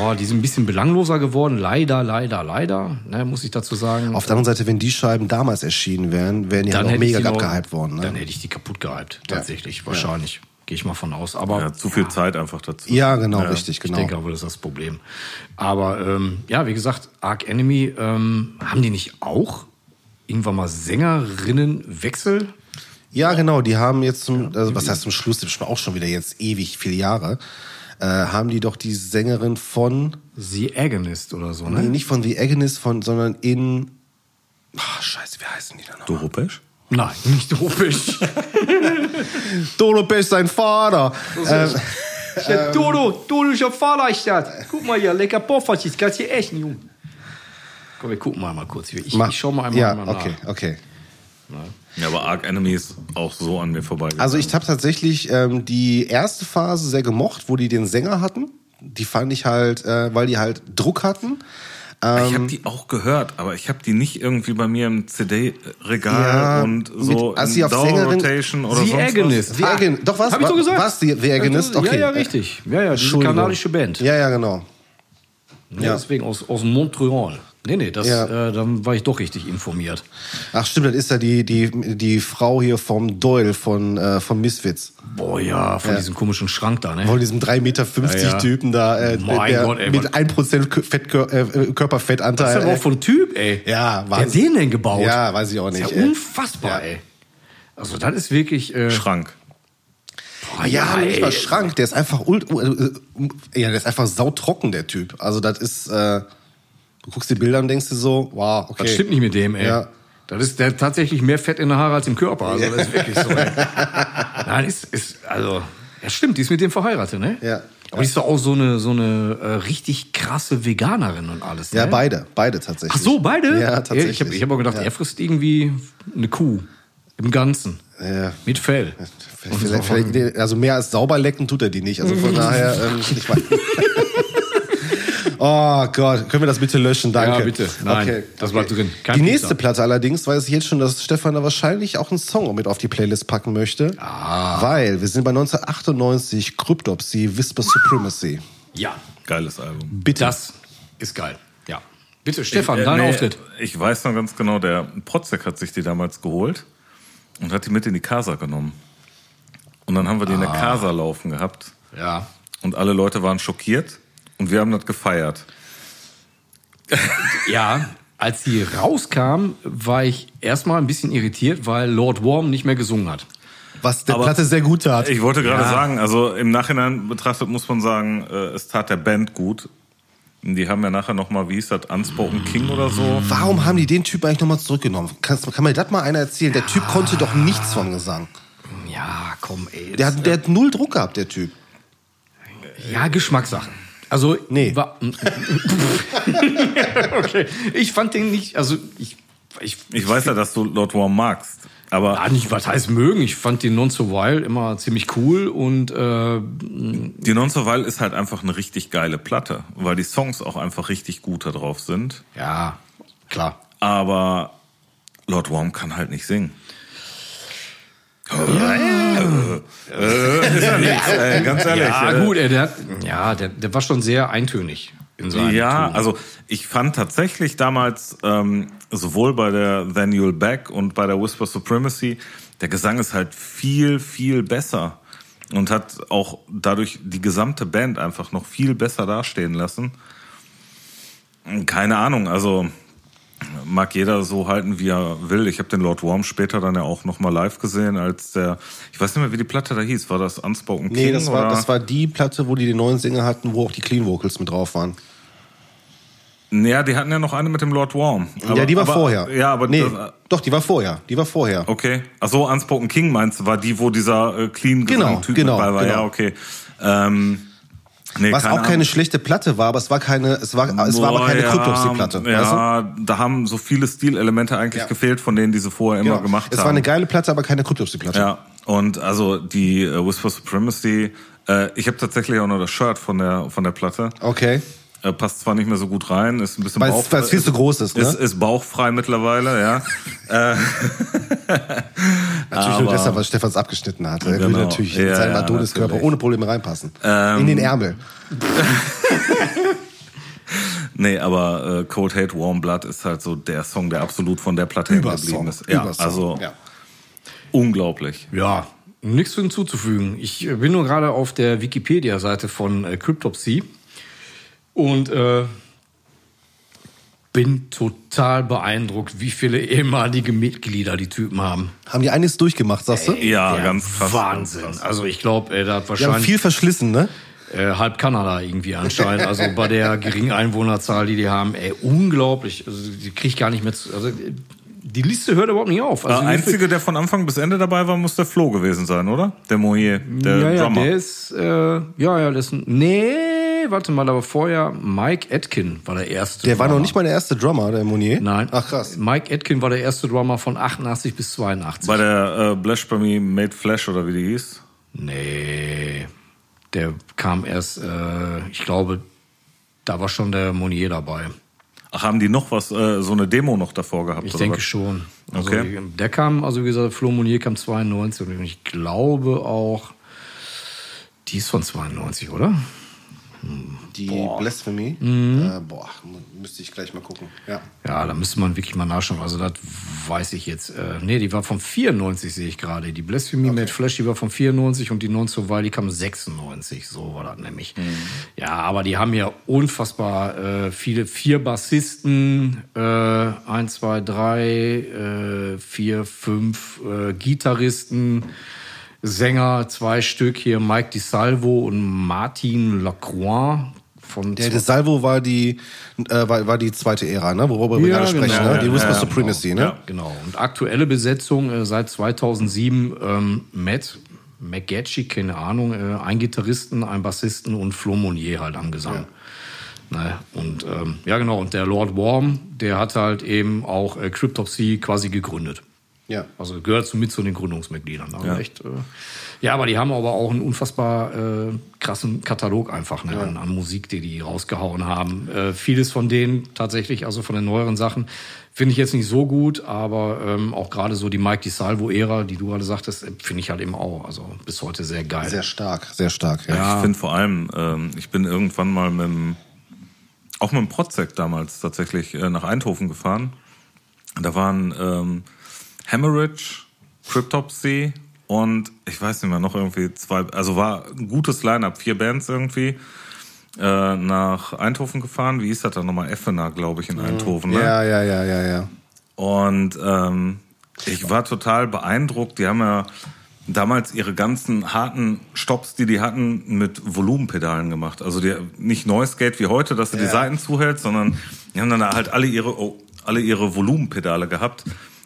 Speaker 4: boah, die sind ein bisschen belangloser geworden, leider, leider, leider, ne, muss ich dazu sagen.
Speaker 3: Auf der anderen Seite, wenn die Scheiben damals erschienen wären, wären die halt auch
Speaker 4: hätte ich
Speaker 3: mega
Speaker 4: die noch-
Speaker 3: abgehypt worden.
Speaker 4: Dann
Speaker 3: Ne?
Speaker 4: hätte ich die kaputt gehypt, tatsächlich, wahrscheinlich. Gehe ich mal von aus. Aber
Speaker 5: Ja, zu viel Zeit einfach dazu.
Speaker 3: Ja, genau, richtig,
Speaker 4: Ich denke
Speaker 3: genau.
Speaker 4: aber, das ist das Problem. Aber ähm, ja, wie gesagt, Arc Enemy, ähm, haben die nicht auch irgendwann mal Sängerinnenwechsel?
Speaker 3: Ja, genau, die haben jetzt zum, also was heißt zum Schluss, das ist auch schon wieder jetzt ewig viele Jahre. äh, haben die doch die Sängerin von,
Speaker 4: The Agonist oder so,
Speaker 3: nee,
Speaker 4: ne?
Speaker 3: nicht von The Agonist, von, sondern in, ah, scheiße, wie heißen die da noch?
Speaker 5: Europäisch?
Speaker 4: Nein, nicht
Speaker 3: <laughs>
Speaker 4: Dopisch.
Speaker 3: Dolo Pesch, sein Vater. Ähm,
Speaker 4: Ja, Dodo, Dodo, ich hab Fahrleichtert. Guck mal hier, lecker Poffertjes, kannst hier echt, Junge. Komm, wir gucken mal, mal kurz. Ich,
Speaker 3: ma-
Speaker 4: ich schau mal einmal,
Speaker 3: ja,
Speaker 4: mal nach.
Speaker 3: okay, okay.
Speaker 5: Ja, aber Arc Enemy ist auch so an mir vorbeigegangen.
Speaker 3: Also ich habe tatsächlich ähm, die erste Phase sehr gemocht, wo die den Sänger hatten. Die fand ich halt, äh, weil die halt Druck hatten. Ähm,
Speaker 5: ich habe die auch gehört, aber ich habe die nicht irgendwie bei mir im CD-Regal
Speaker 3: Ja,
Speaker 5: und so
Speaker 3: mit- als sie auf Sängerin-
Speaker 5: Rotation oder
Speaker 4: The
Speaker 5: sonst
Speaker 4: Agonist.
Speaker 5: was.
Speaker 3: The
Speaker 4: Ah,
Speaker 3: Agon- doch was?
Speaker 4: Hab ich doch
Speaker 3: Wa-
Speaker 4: gesagt.
Speaker 3: Was? The, The Agonist? Okay.
Speaker 4: Ja, ja, richtig. Ja, ja, diese
Speaker 3: Entschuldigung.
Speaker 4: kanadische Band.
Speaker 3: Ja, ja, genau.
Speaker 4: Ja, Ne, Deswegen aus, aus Montreal. Nee, nee, das,
Speaker 3: Ja.
Speaker 4: äh, dann war ich doch richtig informiert.
Speaker 3: Ach stimmt, das ist ja die, die, die Frau hier vom Doyle, von, äh, von Misfits.
Speaker 4: Boah, ja, von diesem komischen Schrank da, ne?
Speaker 3: Von diesem 3,50 Meter
Speaker 4: Ja, ja.
Speaker 3: Typen da, äh,
Speaker 4: Mein
Speaker 3: der
Speaker 4: Gott, ey,
Speaker 3: mit
Speaker 4: Mann.
Speaker 3: 1% Kö- Fettkör äh,
Speaker 4: Was
Speaker 3: Körperfettanteil.
Speaker 4: ist denn
Speaker 3: äh,
Speaker 4: auch von Typ, ey?
Speaker 3: Ja,
Speaker 4: Wer hat
Speaker 3: Wahnsinn.
Speaker 4: den denn gebaut?
Speaker 3: Ja, weiß ich auch
Speaker 4: Ist
Speaker 3: nicht.
Speaker 4: ja
Speaker 3: ey.
Speaker 4: unfassbar, ey. Also, das ist wirklich. Äh,
Speaker 5: Schrank.
Speaker 4: boah,
Speaker 3: Ah Ja, nicht
Speaker 4: ey.
Speaker 3: mal Schrank, der ist einfach ult, äh, ja, der ist einfach sautrocken, der Typ. Also das ist, äh, du guckst die Bilder und denkst dir so, wow, okay.
Speaker 4: Das stimmt nicht mit dem, ey.
Speaker 3: Ja.
Speaker 4: Das ist der hat tatsächlich mehr Fett in der Haare als im Körper. Also, das ist wirklich so, ey.
Speaker 3: <laughs>
Speaker 4: Nein, ist, ist, also, ja, stimmt, die ist mit dem verheiratet, ne?
Speaker 3: Ja.
Speaker 4: Aber die ist doch auch so eine, so eine äh, richtig krasse Veganerin und alles, ne?
Speaker 3: Ja, beide, beide tatsächlich.
Speaker 4: Ach so, beide?
Speaker 3: Ja, tatsächlich.
Speaker 4: Ich habe ich hab auch gedacht,
Speaker 3: Ja.
Speaker 4: er frisst irgendwie eine Kuh. Im Ganzen.
Speaker 3: Ja.
Speaker 4: Mit Fell. Und so.
Speaker 3: Vielleicht, vielleicht, nee, also mehr als sauber lecken tut er die nicht. Also
Speaker 4: <laughs>
Speaker 3: von daher, ähm, ich weiß. Oh Gott, können wir das bitte löschen? Danke.
Speaker 4: Ja, bitte. Nein, das bleibt drin. Kein
Speaker 3: die
Speaker 4: Pieper.
Speaker 3: nächste Platte allerdings weiß ich jetzt schon, dass Stefan da wahrscheinlich auch einen Song mit auf die Playlist packen möchte. Ah. Weil wir sind bei 1998 Cryptopsy Whisper Supremacy.
Speaker 4: Ja,
Speaker 5: Geiles Album.
Speaker 4: bitte. Das ist geil. Ja. Bitte, Stefan,
Speaker 5: Äh,
Speaker 4: dein
Speaker 5: nee,
Speaker 4: Auftritt.
Speaker 5: Ich weiß noch ganz genau, der Protzek hat sich die damals geholt und hat die mit in die Casa genommen. Und dann haben wir die in der Casa laufen gehabt
Speaker 4: Ja.
Speaker 5: und alle Leute waren schockiert und wir haben das gefeiert.
Speaker 4: Ja, als sie rauskam, war ich erstmal ein bisschen irritiert, weil Lord Worm nicht mehr gesungen hat.
Speaker 3: Was der
Speaker 5: Aber-
Speaker 3: Platte sehr gut tat.
Speaker 5: Ich wollte gerade sagen, also im Nachhinein betrachtet muss man sagen, äh, es tat der Band gut. Die haben ja nachher nochmal, wie hieß das, Unspoken King oder so.
Speaker 3: Warum haben die den Typ eigentlich nochmal zurückgenommen? Kannst, kann mir das mal einer erzählen? Der Typ konnte doch nichts vom Gesang.
Speaker 4: Ja, komm, ey.
Speaker 3: Der hat, der hat null Druck gehabt, der Typ.
Speaker 4: ja, Geschmackssache. Also,
Speaker 3: Nee.
Speaker 4: War, <laughs> okay. Ich fand den nicht, also ich. Ich,
Speaker 5: Ich weiß ja, dass du Lord Warm magst, aber
Speaker 4: Ah, nicht, was heißt mögen? Ich fand den Non Survival immer ziemlich cool und äh,
Speaker 5: Die Non Survival ist halt einfach eine richtig geile Platte, weil die Songs auch einfach richtig gut da drauf sind.
Speaker 4: ja, klar.
Speaker 5: Aber Lord Worm kann halt nicht singen. Äh, äh, ist ja nichts, ey, ganz ehrlich.
Speaker 4: Ja,
Speaker 5: äh.
Speaker 4: gut, ey, der, hat, ja, der, der war schon sehr eintönig in seinem
Speaker 5: Ja,
Speaker 4: Ton.
Speaker 5: also ich fand tatsächlich damals ähm, sowohl bei der Then You'll Back und bei der Whisper Supremacy, der Gesang ist halt viel, viel besser und hat auch dadurch die gesamte Band einfach noch viel besser dastehen lassen. Keine Ahnung, also mag jeder so halten, wie er will. Ich habe den Lord Worm später dann ja auch nochmal live gesehen, als der, ich weiß nicht mehr, wie die Platte da hieß, war das Unspoken King?
Speaker 3: Nee, das war,
Speaker 5: oder?
Speaker 3: das war die Platte, wo die den neuen Sänger hatten, wo auch die Clean Vocals mit drauf waren.
Speaker 5: Naja, die hatten ja noch eine mit dem Lord Worm.
Speaker 3: ja,
Speaker 5: Aber-
Speaker 3: die war
Speaker 5: aber,
Speaker 3: vorher.
Speaker 5: Ja, aber
Speaker 3: nee,
Speaker 5: das,
Speaker 3: doch, die war vorher. Die war vorher.
Speaker 5: okay. Ach so, Unspoken King meinst du, war die, wo dieser äh, clean
Speaker 3: Genau,
Speaker 5: Typ
Speaker 3: genau,
Speaker 5: dabei war.
Speaker 3: genau.
Speaker 5: Ja, okay. Ähm, nee,
Speaker 3: Was auch keine schlechte Platte war, aber es war keine, es war, es war aber keine Kryptopsy-Platte.
Speaker 5: Ja, ja da haben so viele Stilelemente eigentlich
Speaker 3: Ja.
Speaker 5: gefehlt, von denen diese vorher immer
Speaker 3: genau.
Speaker 5: gemacht
Speaker 3: es
Speaker 5: haben.
Speaker 3: war eine geile Platte, aber keine Kryptopsy-Platte.
Speaker 5: Ja, und also die äh, Whisper Supremacy, äh, ich habe tatsächlich auch noch das Shirt von der, von der Platte.
Speaker 3: Okay.
Speaker 5: Äh, passt zwar nicht mehr so gut rein, ist ein bisschen
Speaker 3: Weil es- weil es viel zu groß ist, ne?
Speaker 5: Ist, ist bauchfrei mittlerweile, ja.
Speaker 3: Natürlich nur deshalb, weil Stefan es abgeschnitten hat. Er würde
Speaker 5: Genau.
Speaker 3: natürlich in
Speaker 5: Ja,
Speaker 3: seinen
Speaker 5: ja,
Speaker 3: Adoniskörper
Speaker 5: natürlich. Ähm,
Speaker 3: ohne Probleme reinpassen. in den Ärmel.
Speaker 5: Nee, aber äh, Cold Hate Warm Blood ist halt so der Song, der absolut von der Platte hängen geblieben
Speaker 3: Übersong.
Speaker 5: ist. Ja,
Speaker 3: Übersong.
Speaker 5: also
Speaker 3: Ja.
Speaker 5: unglaublich.
Speaker 4: Ja, nichts hinzuzufügen. Ich äh, bin nur gerade auf der Wikipedia-Seite von äh, Cryptopsy und äh, bin total beeindruckt, wie viele ehemalige Mitglieder die Typen haben.
Speaker 3: Haben die einiges durchgemacht, sagst du?
Speaker 5: Ja,
Speaker 4: Der
Speaker 5: ganz krass.
Speaker 4: Wahnsinn. Also ich glaube, er hat
Speaker 3: Die haben
Speaker 4: wahrscheinlich
Speaker 3: viel verschlissen, ne?
Speaker 4: äh, halb Kanada irgendwie anscheinend. Also bei
Speaker 3: <laughs>
Speaker 4: der geringen Einwohnerzahl, die die haben, ey, unglaublich. Also die kriege ich gar nicht mehr zu. Also die Liste hört überhaupt nicht auf. Also
Speaker 5: Der Äh, Einzige, der von Anfang bis Ende dabei war, muss der Flo gewesen sein, oder? Der Mohier, der
Speaker 4: ja, ja,
Speaker 5: Drummer.
Speaker 4: der ist, äh, ja, ja, das ist ein, nee, warte mal, aber vorher Mike Atkin war der erste.
Speaker 3: Der war noch
Speaker 4: Drummer.
Speaker 3: nicht mal der erste Drummer, Hm. der Monier.
Speaker 4: Nein.
Speaker 3: Ach krass.
Speaker 4: Mike Atkin war der erste Drummer von 88 bis 82.
Speaker 5: Bei der äh, Blashbommy Made Flash oder wie die hieß.
Speaker 4: nee, der kam erst, äh, ich glaube, da war schon der Monier dabei.
Speaker 5: Ach, haben die noch was, äh, so eine Demo noch davor gehabt?
Speaker 4: Ich
Speaker 5: oder
Speaker 4: denke
Speaker 5: was?
Speaker 4: schon. Also
Speaker 5: Okay.
Speaker 4: die- Der kam, also wie gesagt, Flo Monier kam 92 und ich glaube auch, die ist von 92, oder?
Speaker 3: Die Blasphemy. Äh, boah, müsste ich gleich mal gucken. Ja.
Speaker 4: Ja, da müsste man wirklich mal nachschauen. Also das weiß ich jetzt. Äh, nee, die war von 94, sehe ich gerade. Die Blasphemy Made Flash, die war von 94 und die Non Survival, die kam 96. So war das nämlich. Ja, aber die haben ja unfassbar äh, viele, vier Bassisten, äh, ein, zwei, drei, äh, vier, fünf äh, Gitarristen. Sänger, zwei Stück hier, Mike DiSalvo und Martin Lacroix von
Speaker 3: Der DeSalvo war die, äh, war, war die zweite Ära, ne? worüber wir
Speaker 4: Ja,
Speaker 3: gerade sprechen.
Speaker 4: genau.
Speaker 3: ne? Die
Speaker 5: Ja,
Speaker 3: Whisper
Speaker 5: ja,
Speaker 3: Supremacy, ne?
Speaker 5: Ja.
Speaker 4: Genau. Und aktuelle Besetzung äh, seit 2007 ähm, Matt McGatchy, keine Ahnung, äh, ein Gitarristen, ein Bassisten und Flo Monnier halt am Gesang. Ne? Und ähm, ja, genau. Und der Lord Worm, der hat halt eben auch äh, Cryptopsy quasi gegründet.
Speaker 3: Ja.
Speaker 4: Also gehört so mit zu den Gründungsmitgliedern. Also Echt, äh, ja, aber die haben aber auch einen unfassbar äh, krassen Katalog einfach ne, an, an Musik, die die rausgehauen haben. Äh, vieles von denen tatsächlich, also von den neueren Sachen, finde ich jetzt nicht so gut, aber ähm, auch gerade so die Mike DiSalvo-Ära, die du gerade sagtest, äh, finde ich halt eben auch. Also bis heute sehr geil.
Speaker 3: Sehr stark, sehr stark. Ja.
Speaker 5: Ich finde vor allem, ähm, ich bin irgendwann mal mit dem, auch mit dem Protzek damals tatsächlich äh, nach Eindhoven gefahren. Da waren ähm, Hemorrhage, Cryptopsy und ich weiß nicht mehr, noch irgendwie zwei, also war ein gutes Line-Up, vier Bands irgendwie. Äh, nach Eindhoven gefahren. Wie hieß das dann nochmal? Effener, glaube ich, in Eindhoven. Ne?
Speaker 3: ja, ja, ja, ja, ja.
Speaker 5: Und ähm, ich war total beeindruckt. Die haben ja damals ihre ganzen harten Stops, die die hatten, mit Volumenpedalen gemacht. Also die, nicht Noise Gate wie heute, dass du die Seiten zuhältst, sondern die haben dann halt alle ihre, oh, alle ihre Volumenpedale gehabt.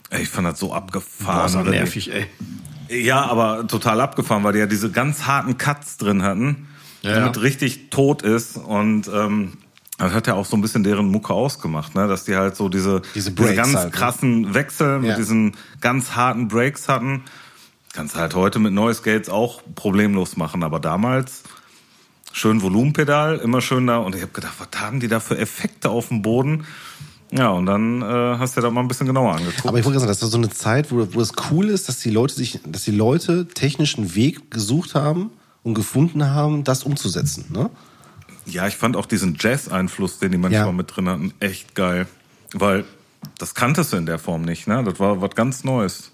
Speaker 5: Ey, Ich fand das so abgefahren.
Speaker 4: Boah, ist auch
Speaker 5: Oder die-
Speaker 4: nervig, ey.
Speaker 5: ja, aber total abgefahren, weil die ja diese ganz harten Cuts drin hatten,
Speaker 4: Ja.
Speaker 5: damit richtig tot ist und ähm, das hat ja auch so ein bisschen deren Mucke ausgemacht, ne? dass die halt so diese,
Speaker 3: Diese Breaks
Speaker 5: ganz
Speaker 3: halt, ne?
Speaker 5: krassen Wechsel mit
Speaker 3: Ja.
Speaker 5: diesen ganz harten Breaks hatten. Kannst halt heute mit Noise Gates auch problemlos machen, aber damals schön Volumenpedal, immer schön da und ich habe gedacht, was haben die da für Effekte auf dem Boden? Ja, und dann äh, hast du dir da mal ein bisschen genauer angeguckt.
Speaker 3: Aber ich wollte gerade sagen, das ist so eine Zeit, wo, wo es cool ist, dass die Leute sich, dass die Leute technischen Weg gesucht haben und gefunden haben, das umzusetzen. Ne?
Speaker 5: Ja, ich fand auch diesen Jazz-Einfluss, den die manchmal
Speaker 3: Ja.
Speaker 5: mit drin hatten, echt geil. Weil das kanntest du in der Form nicht, ne? Das war was ganz Neues.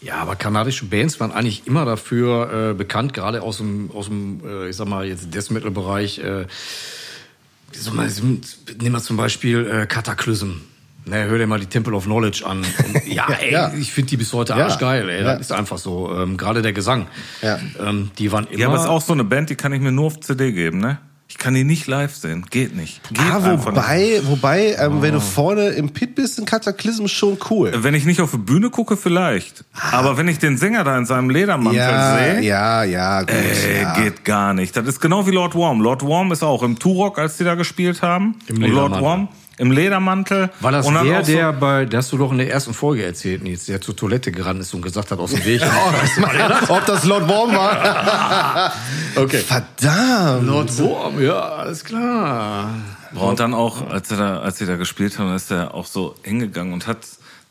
Speaker 4: Ja, aber kanadische Bands waren eigentlich immer dafür äh, bekannt, gerade aus dem, aus dem äh, ich sag mal, jetzt Death Metal-Bereich. Äh, wie soll man- nehmen wir zum Beispiel äh, Cataclysm. Ne, hör dir mal die Temple of Knowledge an.
Speaker 3: <laughs>
Speaker 4: Und, ja, ey,
Speaker 3: Ja.
Speaker 4: ich finde die bis heute
Speaker 3: Ja.
Speaker 4: arschgeil. Ey.
Speaker 3: Ja.
Speaker 4: Das ist einfach so. Ähm, gerade der Gesang.
Speaker 3: Ja.
Speaker 4: Ähm, die waren immer...
Speaker 5: Ja, aber es ist auch so eine Band, die kann ich mir nur auf CD geben, ne? Ich kann die nicht live sehen. Geht nicht. Geht
Speaker 3: Ah,
Speaker 5: einfach nicht.
Speaker 3: wobei, wobei ähm, wenn du vorne im Pit bist, ein Kataklysm schon cool.
Speaker 5: Wenn ich nicht auf die Bühne gucke, vielleicht. Aber wenn ich den Sänger da in seinem Ledermantel
Speaker 3: Ah. Ja,
Speaker 5: sehe,
Speaker 3: ja, ja, gut.
Speaker 5: Ey,
Speaker 3: ja.
Speaker 5: geht gar nicht. Das ist genau wie Lord Worm. Lord Worm ist auch im Turok, als die da gespielt haben. Und
Speaker 4: Im
Speaker 5: Lord
Speaker 4: Ledermantel.
Speaker 5: Worm im Ledermantel.
Speaker 4: War das
Speaker 5: Und dann
Speaker 4: der,
Speaker 5: auch so-
Speaker 4: der bei, der hast du doch in der ersten Folge erzählt, Nils, der zur Toilette gerannt ist und gesagt hat, aus
Speaker 3: <laughs>
Speaker 4: dem Weg. oh, das war der das?
Speaker 3: Ob das Lord Worm war?
Speaker 4: <laughs> Okay.
Speaker 3: Verdammt.
Speaker 4: Lord Wurm, ja, alles klar.
Speaker 5: Boah, und dann auch, als er da, als sie da gespielt haben, ist er auch so hingegangen und hat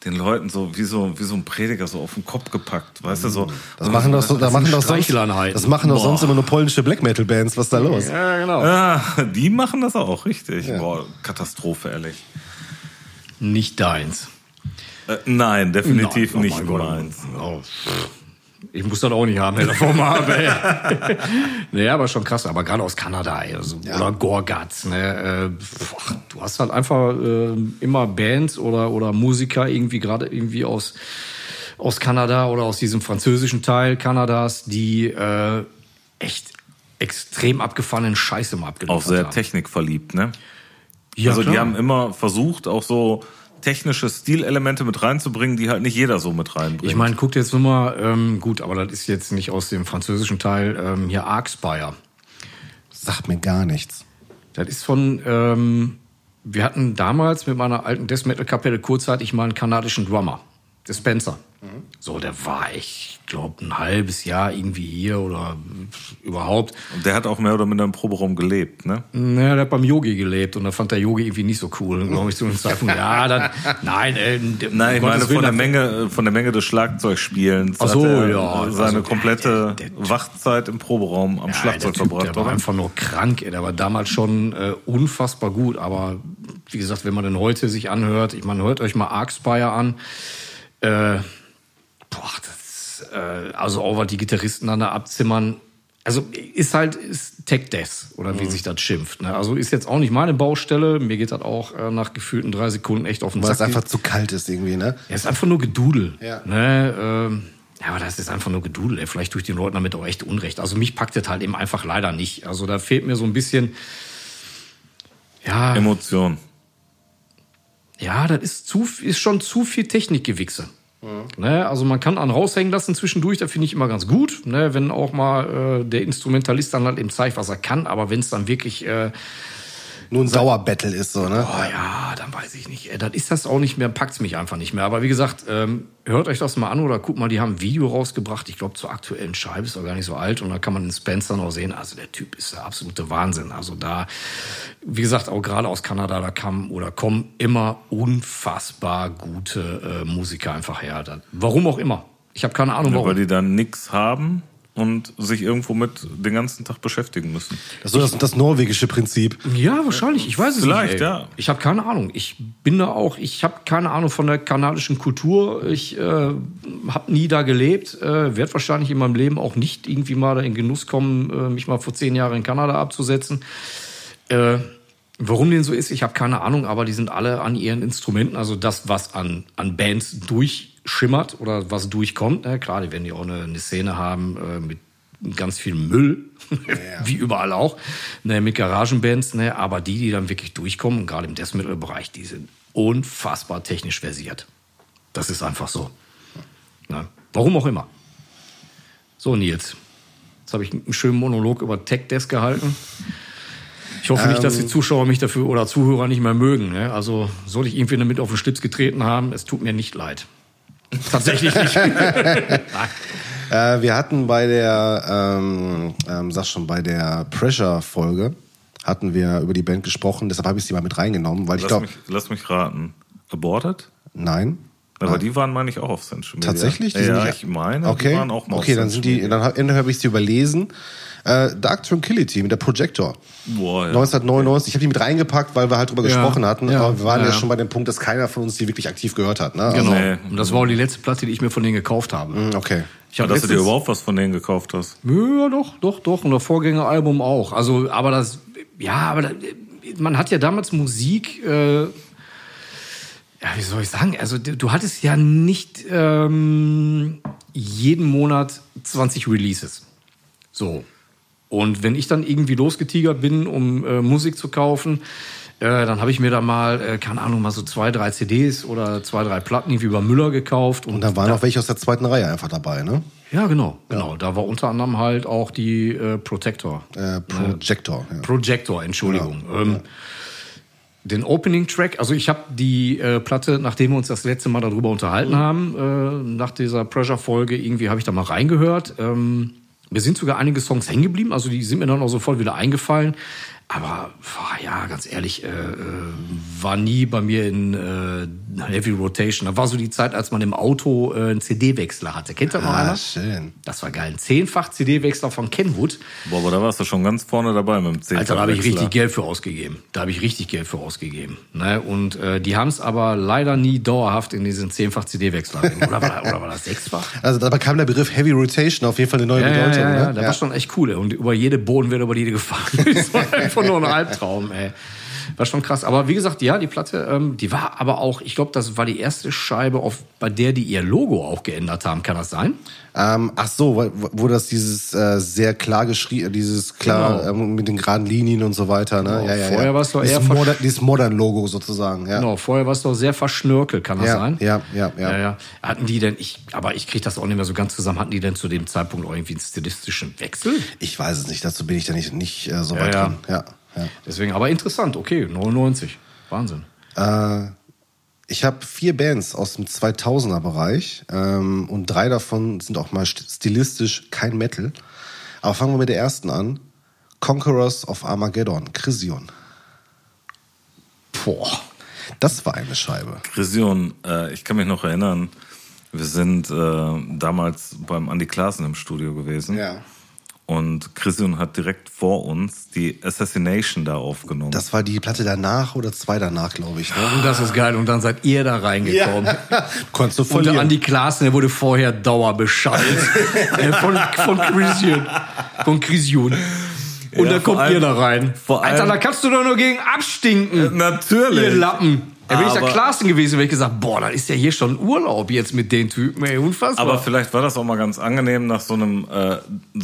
Speaker 5: den Leuten so wie so wie so ein Prediger so auf den Kopf gepackt, weißt du
Speaker 4: Mhm.
Speaker 5: so.
Speaker 3: Das machen doch, so,
Speaker 5: <laughs>
Speaker 3: da machen doch sonst,
Speaker 4: Streicheleinheiten.
Speaker 3: das machen doch
Speaker 5: Boah.
Speaker 3: sonst immer nur polnische Black Metal Bands. Was ist da los?
Speaker 4: Ja, genau.
Speaker 5: Ah, die machen das auch richtig. Boah, Katastrophe ehrlich.
Speaker 4: Nicht deins.
Speaker 5: Äh, nein, definitiv
Speaker 4: Nein, oh
Speaker 5: nicht
Speaker 4: mein Gott.
Speaker 5: meins.
Speaker 4: Oh, pff. ich muss das auch nicht haben, Herr Format. <laughs> naja, aber schon krass. Aber gerade aus Kanada ey, also, oder Gorgatz. Ne? Äh, pff, du hast halt einfach äh, immer Bands oder, oder Musiker irgendwie gerade irgendwie aus, aus Kanada oder aus diesem französischen Teil Kanadas, die äh, echt extrem abgefahrenen Scheiß immer abgeliefert
Speaker 5: Auch sehr
Speaker 4: haben.
Speaker 5: technikverliebt, ne?
Speaker 4: Ja,
Speaker 5: also die
Speaker 4: klar.
Speaker 5: haben immer versucht, auch so technische Stilelemente mit reinzubringen, die halt nicht jeder so mit reinbringt.
Speaker 4: Ich meine, guckt jetzt nur mal, ähm, gut, aber das ist jetzt nicht aus dem französischen Teil, ähm, hier Arxpire.
Speaker 3: Sagt mir gar nichts.
Speaker 4: Das ist von, ähm, wir hatten damals mit meiner alten Death Metal Kapelle kurzzeitig mal einen kanadischen Drummer, der Spencer.
Speaker 5: Mhm.
Speaker 4: So, der war, ich glaube, ein halbes Jahr irgendwie hier oder überhaupt.
Speaker 5: Und der hat auch mehr oder minder im Proberaum gelebt, ne?
Speaker 4: Naja, der hat beim Yogi gelebt und da fand der Yogi irgendwie nicht so cool, glaube ich, zu dem Zeitpunkt. Ja, dann, nein, äh,
Speaker 5: Nein, ich
Speaker 4: um Gottes
Speaker 5: meine von
Speaker 4: Willen,
Speaker 5: der
Speaker 4: da-
Speaker 5: Menge, von der Menge des Schlagzeugspielens
Speaker 4: Ach so,
Speaker 5: hat er
Speaker 4: ja,
Speaker 5: seine
Speaker 4: also,
Speaker 5: komplette
Speaker 4: der- der-
Speaker 5: Wachzeit im Proberaum am
Speaker 4: Ja,
Speaker 5: Schlagzeug
Speaker 4: der, typ, der
Speaker 5: verbracht.
Speaker 4: war
Speaker 5: oder?
Speaker 4: einfach nur krank. Ey. Der war damals schon äh, unfassbar gut. Aber wie gesagt, wenn man den heute sich anhört, ich meine, hört euch mal Arxpire an. Äh, boah, das, äh, also auch was die Gitarristen dann da abzimmern. Also ist halt ist Tech Death oder wie sich das schimpft. Ne? Also ist jetzt auch nicht meine Baustelle. Mir geht das auch äh, nach gefühlten drei Sekunden echt auf den
Speaker 3: Weil
Speaker 4: Sack.
Speaker 3: es einfach zu kalt ist irgendwie, ne?
Speaker 4: Ja, ist einfach nur Gedudel.
Speaker 3: Ja.
Speaker 4: Ne? Ähm, ja, aber das ist einfach nur Gedudel. Ey. Vielleicht tue ich den Leuten damit auch echt Unrecht. Also mich packt das halt eben einfach leider nicht. Also da fehlt mir so ein bisschen. Ja,
Speaker 5: Emotion.
Speaker 4: ja, das ist, zu, ist schon zu viel Technikgewichse. Ne, also man kann einen raushängen lassen zwischendurch, das finde ich immer ganz gut, ne, wenn auch mal äh, der Instrumentalist dann halt eben zeigt, was er kann, aber wenn es dann wirklich äh,
Speaker 3: Nur ein Dauerbattle ist so, ne?
Speaker 4: Oh ja, dann weiß ich nicht. Äh, Dann ist das auch nicht mehr, packt's mich einfach nicht mehr. Aber wie gesagt, ähm, hört euch das mal an oder guckt mal, die haben ein Video rausgebracht. Ich glaube, zur aktuellen Scheibe ist doch gar nicht so alt. Und da kann man den Spencer noch sehen. Also der Typ ist der absolute Wahnsinn. Also da, wie gesagt, auch gerade aus Kanada, da kamen oder kommen immer unfassbar gute äh, Musiker einfach her. Da, warum auch immer. Ich habe keine Ahnung,
Speaker 5: Weil
Speaker 4: warum.
Speaker 5: die dann nichts haben und sich irgendwo mit den ganzen Tag beschäftigen müssen.
Speaker 3: Das ist so das, das norwegische Prinzip.
Speaker 4: Ja, wahrscheinlich. Ich weiß es
Speaker 5: Vielleicht,
Speaker 4: nicht. ey.
Speaker 5: ja.
Speaker 4: Ich habe keine Ahnung. Ich bin da auch, ich habe keine Ahnung von der kanadischen Kultur. Ich äh, habe nie da gelebt, äh, werde wahrscheinlich in meinem Leben auch nicht irgendwie mal in Genuss kommen, äh, mich mal vor zehn Jahren in Kanada abzusetzen. Äh, warum den so ist, ich habe keine Ahnung, aber die sind alle an ihren Instrumenten, also das, was an, an Bands durchschimmert oder was durchkommt. Ne? Klar, die werden ja auch eine, eine Szene haben äh, mit ganz viel Müll, <laughs> wie überall auch, ne, mit Garagenbands, ne? aber die, die dann wirklich durchkommen, und gerade im Death Metal Bereich, die sind unfassbar technisch versiert. Das ist einfach so. Ne? Warum auch immer. So, Nils. Jetzt habe ich einen schönen Monolog über Tech Desk gehalten. Ich hoffe nicht, dass die Zuschauer mich dafür oder Zuhörer nicht mehr mögen. Ne? Also soll ich irgendwie damit auf den Schlips getreten haben, es tut mir nicht leid. Tatsächlich nicht.
Speaker 3: Äh, wir hatten bei der, ähm, ähm, sag schon, bei der Pressure-Folge hatten wir über die Band gesprochen, deshalb habe ich sie mal mit reingenommen, weil ich
Speaker 5: Lass,
Speaker 3: glaube,
Speaker 5: mich, lass mich raten. Aborted?
Speaker 3: nein.
Speaker 5: Aber die waren, meine ich, auch auf Central Media.
Speaker 3: Tatsächlich? Die sind
Speaker 5: ja,
Speaker 3: nicht-
Speaker 5: ich meine,
Speaker 3: okay.
Speaker 5: die waren auch mal
Speaker 3: Okay,
Speaker 5: auf
Speaker 3: dann sind die, dann hab- entweder habe ich sie überlesen. Äh, Dark Tranquility mit der Projector.
Speaker 5: Boah, ja.
Speaker 3: 1999. Ich habe die mit reingepackt, weil wir halt drüber gesprochen hatten.
Speaker 4: ja,
Speaker 3: aber wir waren ja,
Speaker 4: ja.
Speaker 3: schon bei dem Punkt, dass keiner von uns die wirklich aktiv gehört hat. Ne?
Speaker 4: genau.
Speaker 5: Nee.
Speaker 4: Und das war auch die letzte Platte, die ich mir von denen gekauft habe.
Speaker 3: Also, okay.
Speaker 4: Ich hab
Speaker 5: dass du dir
Speaker 4: letztens-
Speaker 5: überhaupt was von denen gekauft hast.
Speaker 4: Ja, doch, doch, doch. Und das Vorgängeralbum auch. Also, aber das, ja, aber da, man hat ja damals Musik, äh, ja, wie soll ich sagen? Also, du du hattest ja nicht ähm, jeden Monat 20 Releases. So. Und wenn ich dann irgendwie losgetigert bin, um äh, Musik zu kaufen, äh, dann habe ich mir da mal, äh, keine Ahnung, mal so zwei, drei CDs oder zwei, drei Platten irgendwie über Müller gekauft. Und,
Speaker 3: Und da waren auch welche aus der zweiten Reihe einfach dabei, ne?
Speaker 4: ja, genau, genau. Da war unter anderem halt auch die äh, Protector.
Speaker 3: Äh, Projector. Ja.
Speaker 4: Projector, Entschuldigung. ähm, Den Opening-Track, also ich habe die äh, Platte, nachdem wir uns das letzte Mal darüber unterhalten haben, äh, nach dieser Pressure-Folge, irgendwie habe ich da mal reingehört. Ähm, mir sind sogar einige Songs hängen geblieben, also die sind mir dann auch sofort wieder eingefallen. Aber boah, ja, ganz ehrlich, äh, äh, war nie bei mir in äh, Heavy Rotation. Da war so die Zeit, als man im Auto äh, einen CD-Wechsler hatte. Kennt ihr noch
Speaker 3: Ah,
Speaker 4: einer?
Speaker 3: schön.
Speaker 4: Das war geil. Ein zehnfach CD-Wechsler von Kenwood.
Speaker 5: Boah, aber da warst du schon ganz vorne dabei mit dem 10
Speaker 4: Alter, da habe ich richtig Geld für ausgegeben. Da habe ich richtig Geld für ausgegeben. Ne? Und äh, die haben es aber leider nie dauerhaft in diesen zehnfach CD-Wechsler. Oder, war das- oder war das sechsfach?
Speaker 3: Also da bekam der Begriff Heavy Rotation auf jeden Fall eine neue
Speaker 4: Ja, ja,
Speaker 3: Bedeutung.
Speaker 4: ja, ja,
Speaker 3: ne?
Speaker 4: <laughs> das war schon echt cool. Ey. Und über jede Bodenwelle, über jede gefahren ist. war einfach nur ein Albtraum, ey. War schon krass. Aber wie gesagt, ja, die Platte, ähm, die war aber auch, ich glaube, das war die erste Scheibe, auf, bei der die ihr Logo auch geändert haben. Kann das sein?
Speaker 3: Ähm, ach so, wo- wo das dieses äh, sehr klar geschrieben, dieses klar ähm, mit den geraden Linien und so weiter. Ne? ja, ja,
Speaker 4: Genau. vorher
Speaker 3: ja.
Speaker 4: war es doch
Speaker 3: dieses
Speaker 4: eher versch-
Speaker 3: Modern, dieses Modern Logo sozusagen. Ja.
Speaker 4: Genau, vorher war es doch sehr verschnörkelt, kann das
Speaker 3: Ja,
Speaker 4: sein?
Speaker 3: ja, ja, ja.
Speaker 4: ja, Hatten die denn, ich, aber ich kriege das auch nicht mehr so ganz zusammen, hatten die denn zu dem Zeitpunkt auch irgendwie einen stilistischen Wechsel?
Speaker 3: Ich weiß es nicht, dazu bin ich da nicht, nicht äh, so weit
Speaker 4: ja.
Speaker 3: drin. Ja, ja.
Speaker 4: Deswegen, aber interessant, okay, 99. Wahnsinn.
Speaker 3: Ich habe vier Bands aus dem 2000er Bereich ähm, und drei davon sind auch mal st- stilistisch kein Metal. Aber fangen wir mit der ersten an. Conquerors of Armageddon, Crision.
Speaker 4: Boah.
Speaker 3: Das war eine Scheibe.
Speaker 5: Grision, äh, ich kann mich noch erinnern, wir sind äh, damals beim Andy Klaassen im Studio gewesen. Und Grision hat direkt vor uns die Assassination da aufgenommen.
Speaker 3: Das war die Platte danach oder zwei danach, glaube ich. Ne?
Speaker 4: Und das ist geil. Und dann seid ihr da reingekommen.
Speaker 5: <laughs>
Speaker 3: Konntest du
Speaker 4: Und
Speaker 3: verlieren.
Speaker 4: der Andi Klaassen, der wurde
Speaker 5: <laughs>
Speaker 4: vorher dauerbeschallt. Äh, von, von Chrisian. Von Chrisian. Und
Speaker 5: Ja, vor
Speaker 4: dann kommt
Speaker 5: allem-
Speaker 4: ihr da rein.
Speaker 5: vor
Speaker 4: Alter,
Speaker 5: allem- Äh,
Speaker 4: da kannst du doch nur gegen abstinken.
Speaker 5: natürlich.
Speaker 4: Ihr Lappen. Da bin ich der
Speaker 5: Aber-
Speaker 4: Klaassen gewesen, wäre ich gesagt, boah, da ist ja hier schon Urlaub jetzt mit den Typen, ey, unfassbar.
Speaker 5: Aber vielleicht war das auch mal ganz angenehm, nach so einem, äh,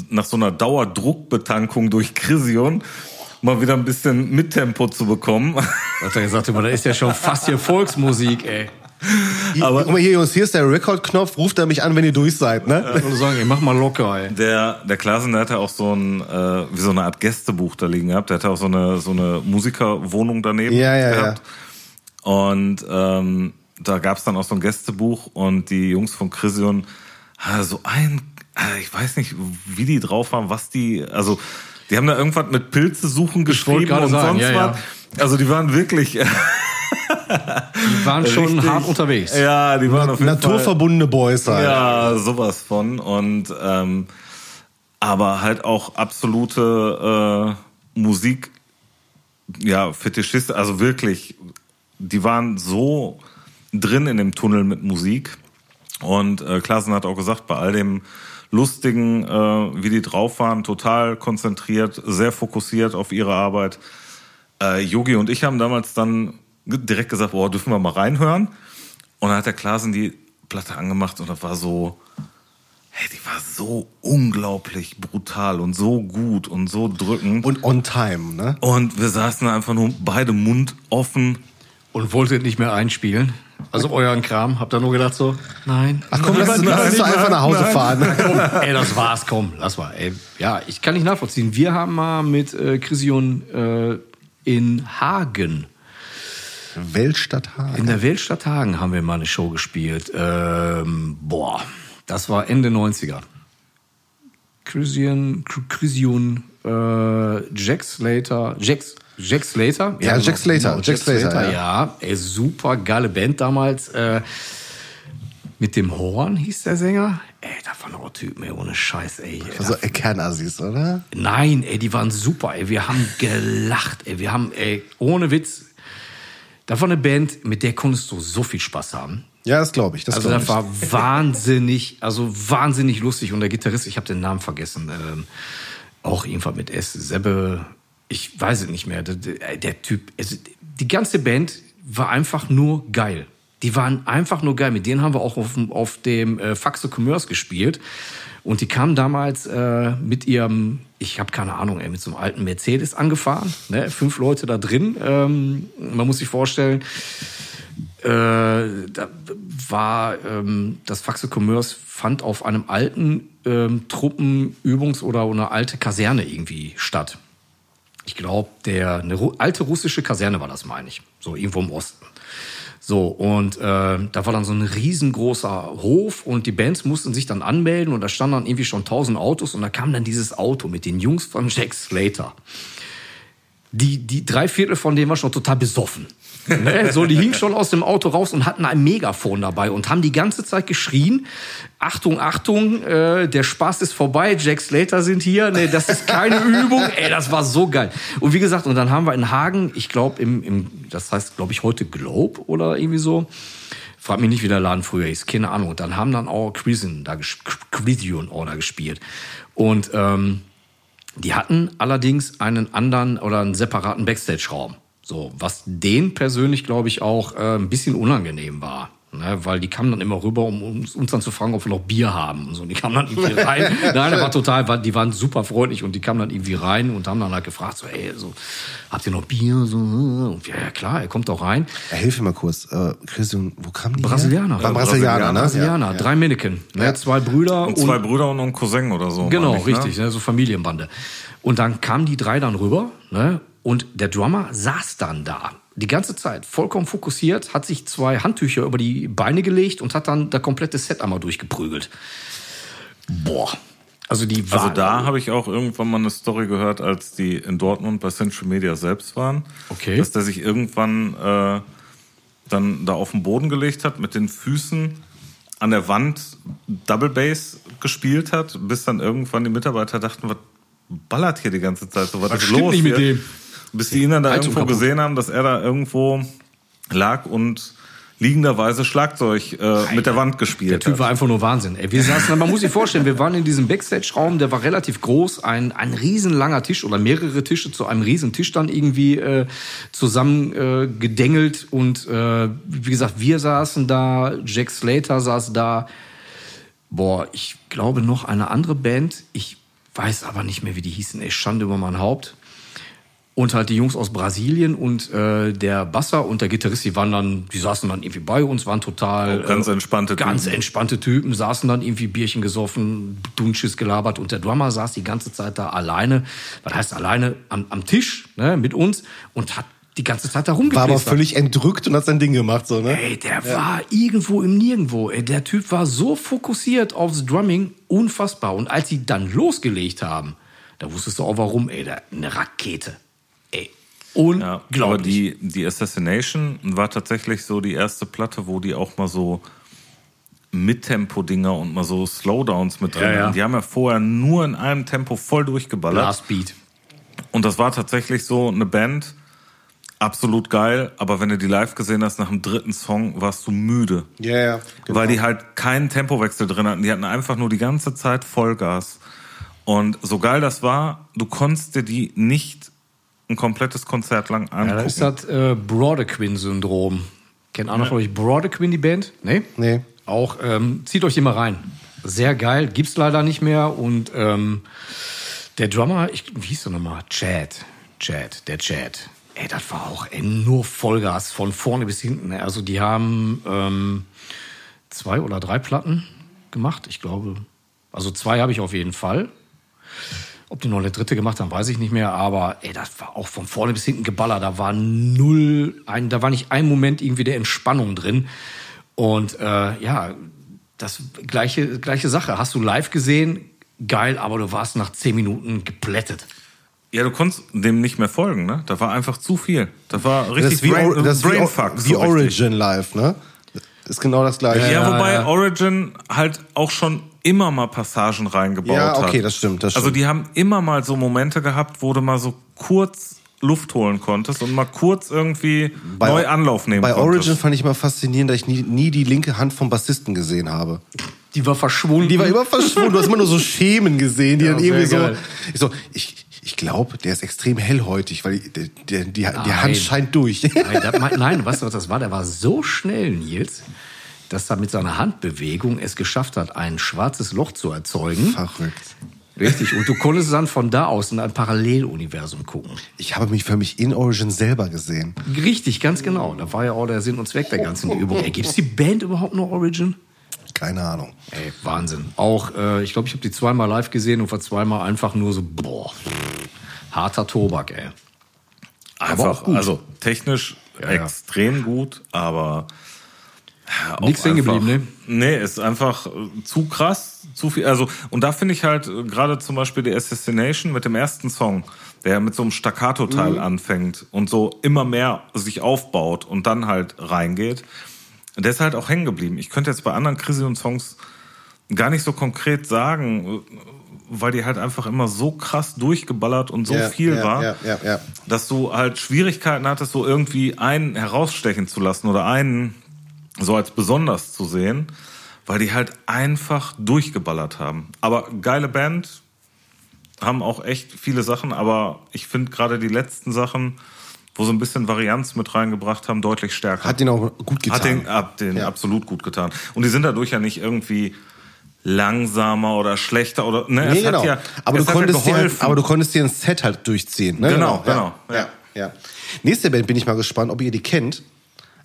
Speaker 5: nach so einer Dauerdruckbetankung durch Grision mal wieder ein bisschen Mittempo
Speaker 3: <laughs>
Speaker 5: zu bekommen.
Speaker 4: hat er gesagt, immer, da ist ja schon fast hier Volksmusik, ey.
Speaker 3: aber Guck mal hier, Jungs, hier ist der Rekordknopf. Ruft er mich an, wenn ihr durch seid. Ne?
Speaker 4: Ich würde sagen, ey, mach mal locker, ey.
Speaker 5: Der, der Klaassen, der hatte auch so ein, äh, wie so eine Art Gästebuch da liegen gehabt. Der hatte auch so eine, so eine Musikerwohnung daneben
Speaker 3: Ja, ja, ja.
Speaker 5: gehabt. Und ähm, da gab es dann auch so ein Gästebuch und die Jungs von Crision, ah, so ein, ah, ich weiß nicht, wie die drauf waren, was die, also die haben da irgendwas mit Pilze suchen geschrieben
Speaker 4: gerade
Speaker 5: und
Speaker 4: sagen,
Speaker 5: sonst
Speaker 4: ja, ja.
Speaker 5: was. Also die waren wirklich
Speaker 4: Die waren
Speaker 5: <laughs>
Speaker 4: schon
Speaker 5: richtig-
Speaker 4: hart unterwegs.
Speaker 5: Ja, die waren auf jeden Fall.
Speaker 3: Naturverbundene Boys halt.
Speaker 5: Ja, sowas von. Und ähm, aber halt auch absolute äh, Musik, ja, Fetischisten, also wirklich, die waren so drin in dem Tunnel mit Musik. Und äh, Klaassen hat auch gesagt, bei all dem Lustigen, äh, wie die drauf waren, total konzentriert, sehr fokussiert auf ihre Arbeit. Äh, Yogi und ich haben damals dann ge- direkt gesagt, boah, dürfen wir mal reinhören? Und dann hat der Klaassen die Platte angemacht und das war so, hey, die war so unglaublich brutal und so gut und so drückend.
Speaker 3: Und
Speaker 5: Und,
Speaker 3: on time. Ne?
Speaker 5: wir saßen da einfach nur beide Mund offen.
Speaker 4: Und wolltet nicht mehr einspielen. Also euren Kram. Habt ihr nur gedacht so, nein.
Speaker 3: Ach komm, lass, lass uns doch einfach nach Hause fahren. ne?
Speaker 4: ey, das war's, komm, lass mal. Ey, ja, ich kann nicht nachvollziehen. Wir haben mal mit äh, Chrision äh, in Hagen,
Speaker 3: Weltstadt Hagen.
Speaker 4: in der Weltstadt Hagen haben wir mal eine Show gespielt. Ähm, boah, das war Ende 90er. Chrision, Chrision, äh, Jack Slater, Jack, Jack Slater? genau.
Speaker 3: Ja, Jack Slater, Jack Slater,
Speaker 4: ja. ey, super geile Band damals. Äh, mit dem Horn hieß der Sänger. Ey, da waren auch Typen, ey, ohne Scheiß, ey.
Speaker 3: Also äh, Kernassis, oder?
Speaker 4: Nein, ey, die waren super, ey. Wir haben gelacht, ey. Wir haben, ey, ohne Witz. Das war eine Band, mit der konntest du so viel Spaß haben.
Speaker 3: Ja, das glaube ich. Das
Speaker 4: Also
Speaker 3: glaub
Speaker 4: das
Speaker 3: ich.
Speaker 4: war wahnsinnig, also wahnsinnig lustig. Und der Gitarrist, ich habe den Namen vergessen, ähm, auch irgendwann mit S, Sebbe, ich weiß es nicht mehr. Der, der der Typ, also die ganze Band war einfach nur geil. Die waren einfach nur geil. Mit denen haben wir auch auf, dem- auf dem äh, Faxe Commerce gespielt. Und die kamen damals äh, mit ihrem, ich habe keine Ahnung, ey, mit so einem alten Mercedes angefahren. Ne? Fünf Leute da drin. Ähm, man muss sich vorstellen, äh, da war ähm, das Faxe Commerce fand auf einem alten ähm, Truppenübungs- oder eine alte Kaserne irgendwie statt. Ich glaube, der eine Ru alte russische Kaserne war das, meine ich. So irgendwo im Osten. So, und äh, da war dann so ein riesengroßer Hof und die Bands mussten sich dann anmelden und da standen dann irgendwie schon tausend Autos und da kam dann dieses Auto mit den Jungs von Jack Slater die, die drei Viertel von denen waren schon total besoffen. Ne? So, die hingen schon aus dem Auto raus und hatten ein Megafon dabei und haben die ganze Zeit geschrien: Achtung, Achtung, äh, der Spaß ist vorbei, Jack Slater sind hier, ne, das ist keine Übung. Ey, das war so geil. Und wie gesagt, und dann haben wir in Hagen, ich glaube, im, im, das heißt, glaube ich, heute Globe oder irgendwie so. Frag mich nicht, wie der Laden früher hieß, keine Ahnung. Dann haben dann auch Crision da, ges- Crision auch da gespielt. Und, ähm, die hatten allerdings einen anderen oder einen separaten Backstage-Raum. So, was denen persönlich, glaube ich, auch äh, ein bisschen unangenehm war. Ne, weil die kamen dann immer rüber, um uns, uns dann zu fragen, ob wir noch Bier haben. Und so. Und die kamen dann
Speaker 5: <laughs>
Speaker 4: irgendwie rein. Nein, das war total, war- die waren super freundlich und die kamen dann irgendwie rein und haben dann halt gefragt, so, ey, so, habt ihr noch Bier? So, und wir, ja klar, er kommt auch rein.
Speaker 3: Äh, Hilf mir mal kurz. Äh, Christian, wo kam die? her?
Speaker 4: Brasilianer.
Speaker 3: War Brasilianer, ne?
Speaker 4: Brasilianer, drei Männchen, ne, zwei Brüder
Speaker 5: Und zwei Brüder und ein Cousin oder so.
Speaker 4: Genau,
Speaker 5: meine ich,
Speaker 4: richtig, ne? so Familienbande. Und dann kamen die drei dann rüber ne? und der Drummer saß dann da. Die ganze Zeit, vollkommen fokussiert, hat sich zwei Handtücher über die Beine gelegt und hat dann das komplette Set einmal durchgeprügelt. Boah. Also die waren.
Speaker 5: Also da habe ich auch irgendwann mal eine Story gehört, als die in Dortmund bei Central Media selbst waren.
Speaker 4: Okay.
Speaker 5: Dass der sich irgendwann äh, dann da auf den Boden gelegt hat, mit den Füßen an der Wand Double Bass gespielt hat, bis dann irgendwann die Mitarbeiter dachten, was ballert hier die ganze Zeit so, was, ist
Speaker 4: stimmt
Speaker 5: los
Speaker 4: nicht mit
Speaker 5: hier?
Speaker 4: dem?
Speaker 5: Bis die ihn dann da
Speaker 4: Heizung
Speaker 5: irgendwo
Speaker 4: kaputt.
Speaker 5: gesehen haben, dass er da irgendwo lag und liegenderweise Schlagzeug äh, mit der Wand gespielt
Speaker 4: Der Typ
Speaker 5: hat.
Speaker 4: war einfach nur Wahnsinn. Ey, wir saßen, man muss sich vorstellen, wir waren in diesem Backstage-Raum, der war relativ groß, ein, ein riesenlanger Tisch oder mehrere Tische zu einem riesen Tisch dann irgendwie äh, zusammen äh, gedengelt und äh, wie gesagt, wir saßen da, Jack Slater saß da, boah, ich glaube noch eine andere Band, ich weiß aber nicht mehr, wie die hießen, ey, Schande über mein Haupt. Und halt die Jungs aus Brasilien und äh, der Basser und der Gitarrist, die waren dann, die saßen dann irgendwie bei uns, waren total
Speaker 5: Oh, ganz
Speaker 4: äh,
Speaker 5: entspannte
Speaker 4: ganz
Speaker 5: Typen.
Speaker 4: entspannte Typen, saßen dann irgendwie Bierchen gesoffen, Dunsches gelabert und der Drummer saß die ganze Zeit da alleine, was heißt alleine am, am Tisch ne, mit uns und hat die ganze Zeit da
Speaker 3: War aber
Speaker 4: rumgeplästert.
Speaker 3: völlig entrückt und hat sein Ding gemacht, so, ne?
Speaker 4: Ey, der war irgendwo im Nirgendwo. Ey, der Typ war so fokussiert aufs Drumming, unfassbar. Und als sie dann losgelegt haben, da wusstest du auch warum, ey, da, eine Rakete. Ey,
Speaker 5: Ja,
Speaker 4: unglaublich.
Speaker 5: aber die, die Assassination war tatsächlich so die erste Platte, wo die auch mal so Mittempo-Dinger und mal so Slowdowns mit drin
Speaker 4: Ja, ja.
Speaker 5: hatten. Die haben ja vorher nur in einem Tempo voll durchgeballert.
Speaker 4: Last Beat.
Speaker 5: Und das war tatsächlich so eine Band, absolut geil, aber wenn du die live gesehen hast, nach dem dritten Song warst du müde.
Speaker 3: Ja, ja. genau.
Speaker 5: Weil die halt keinen Tempowechsel drin hatten. Die hatten einfach nur die ganze Zeit Vollgas. Und so geil das war, du konntest dir die nicht ein komplettes Konzert lang angucken.
Speaker 4: Ja, da ist das äh, Brodequin-Syndrom. Kennt einer von euch Brodequin, die Band? Nee?
Speaker 3: Genau. Nee.
Speaker 4: Auch, ähm, zieht euch die mal rein. Sehr geil, gibt's leider nicht mehr. Und ähm, der Drummer, ich, wie hieß der nochmal? Chad. Chad, der Chad. Ey, das war auch ey, nur Vollgas von vorne bis hinten. Also die haben ähm, zwei oder drei Platten gemacht, ich glaube. Also zwei habe ich auf jeden Fall. Ob die noch eine dritte gemacht haben, weiß ich nicht mehr, aber ey, das war auch von vorne bis hinten geballert. Da war null, ein, da war nicht ein Moment irgendwie der Entspannung drin. Und äh, ja, das gleiche, gleiche Sache. Hast du live gesehen? Geil, aber du warst nach zehn Minuten geplättet.
Speaker 5: Ja, du konntest dem nicht mehr folgen, ne? Da war einfach zu viel. Da war
Speaker 3: Das
Speaker 5: richtig
Speaker 3: ist wie,
Speaker 5: Brain,
Speaker 3: Or- das ist wie,
Speaker 5: Brainfuck.
Speaker 3: Or- wie
Speaker 5: so richtig.
Speaker 3: Origin Live, ne? Ist genau das gleiche.
Speaker 5: Ja, wobei Origin halt auch schon immer mal Passagen reingebaut
Speaker 3: Ja,
Speaker 5: hat.
Speaker 3: okay, das stimmt, das
Speaker 5: Also
Speaker 3: stimmt.
Speaker 5: die haben immer mal so Momente gehabt, wo du mal so kurz Luft holen konntest und mal kurz irgendwie
Speaker 3: Bei-
Speaker 5: neu Anlauf nehmen
Speaker 3: Bei
Speaker 5: konntest.
Speaker 3: Origin fand ich immer faszinierend, dass ich nie, nie die linke Hand vom Bassisten gesehen habe.
Speaker 4: Die war verschwunden.
Speaker 5: <laughs>
Speaker 3: Die war immer verschwunden. Du hast immer nur so Schemen gesehen, die dann
Speaker 4: sehr
Speaker 3: irgendwie so.
Speaker 4: geil.
Speaker 3: Ich, so, ich, ich glaube, der ist extrem hellhäutig, weil die, die, die, die
Speaker 4: Nein.
Speaker 3: Hand scheint durch.
Speaker 4: Nein, das, mein- nein, weißt du, was das war? Der war so schnell, Nils, dass er mit seiner Handbewegung es geschafft hat, ein schwarzes Loch zu erzeugen.
Speaker 3: Verrückt.
Speaker 4: Richtig. Und du konntest dann von da aus in ein Paralleluniversum gucken.
Speaker 3: Ich habe mich für mich in Origin selber gesehen.
Speaker 4: Richtig, ganz genau. Da war ja auch der Sinn und Zweck der ganzen Übung. Ey, gibt's die Band überhaupt noch Origin?
Speaker 3: Keine Ahnung.
Speaker 4: Ey, Wahnsinn. Auch, äh, ich glaube, ich habe die zweimal live gesehen und war zweimal einfach nur so, boah, harter Tobak, ey. aber auch
Speaker 5: einfach,
Speaker 4: gut.
Speaker 5: also technisch
Speaker 4: Ja, ja.
Speaker 5: extrem gut, aber ja, auch
Speaker 4: Nix hängen
Speaker 5: einfach-
Speaker 4: geblieben, ne?
Speaker 5: Nee, ist einfach äh, zu krass, zu viel. Also, und da finde ich halt äh, gerade zum Beispiel die Assassination mit dem ersten Song, der ja mit so einem Staccato-Teil
Speaker 4: Mhm.
Speaker 5: anfängt und so immer mehr sich aufbaut und dann halt reingeht. Der ist halt auch hängen geblieben. Ich könnte jetzt bei anderen Krisium-Songs gar nicht so konkret sagen, äh, weil die halt einfach immer so krass durchgeballert und so
Speaker 3: Ja,
Speaker 5: viel
Speaker 3: ja,
Speaker 5: war
Speaker 3: ja, ja, ja.
Speaker 5: dass du halt Schwierigkeiten hattest, so irgendwie einen herausstechen zu lassen oder einen so als besonders zu sehen, weil die halt einfach durchgeballert haben. Aber geile Band, haben auch echt viele Sachen, aber ich finde gerade die letzten Sachen, wo sie ein bisschen Varianz mit reingebracht haben, deutlich stärker.
Speaker 3: Hat ihn auch gut getan.
Speaker 5: Hat den, ab, den
Speaker 3: Ja.
Speaker 5: absolut gut getan. Und die sind dadurch ja nicht irgendwie langsamer oder schlechter oder ne,
Speaker 3: Nee,
Speaker 5: es
Speaker 3: genau.
Speaker 5: hat ja
Speaker 3: aber, du
Speaker 5: es hat ja
Speaker 3: konntest dir, halt-
Speaker 5: geholfen.
Speaker 3: aber du konntest dir ein Set halt durchziehen. Ne?
Speaker 5: Genau,
Speaker 3: Ja.
Speaker 5: genau,
Speaker 3: Ja.
Speaker 5: ja.
Speaker 3: Ja. Nächste Band bin ich mal gespannt, ob ihr die kennt.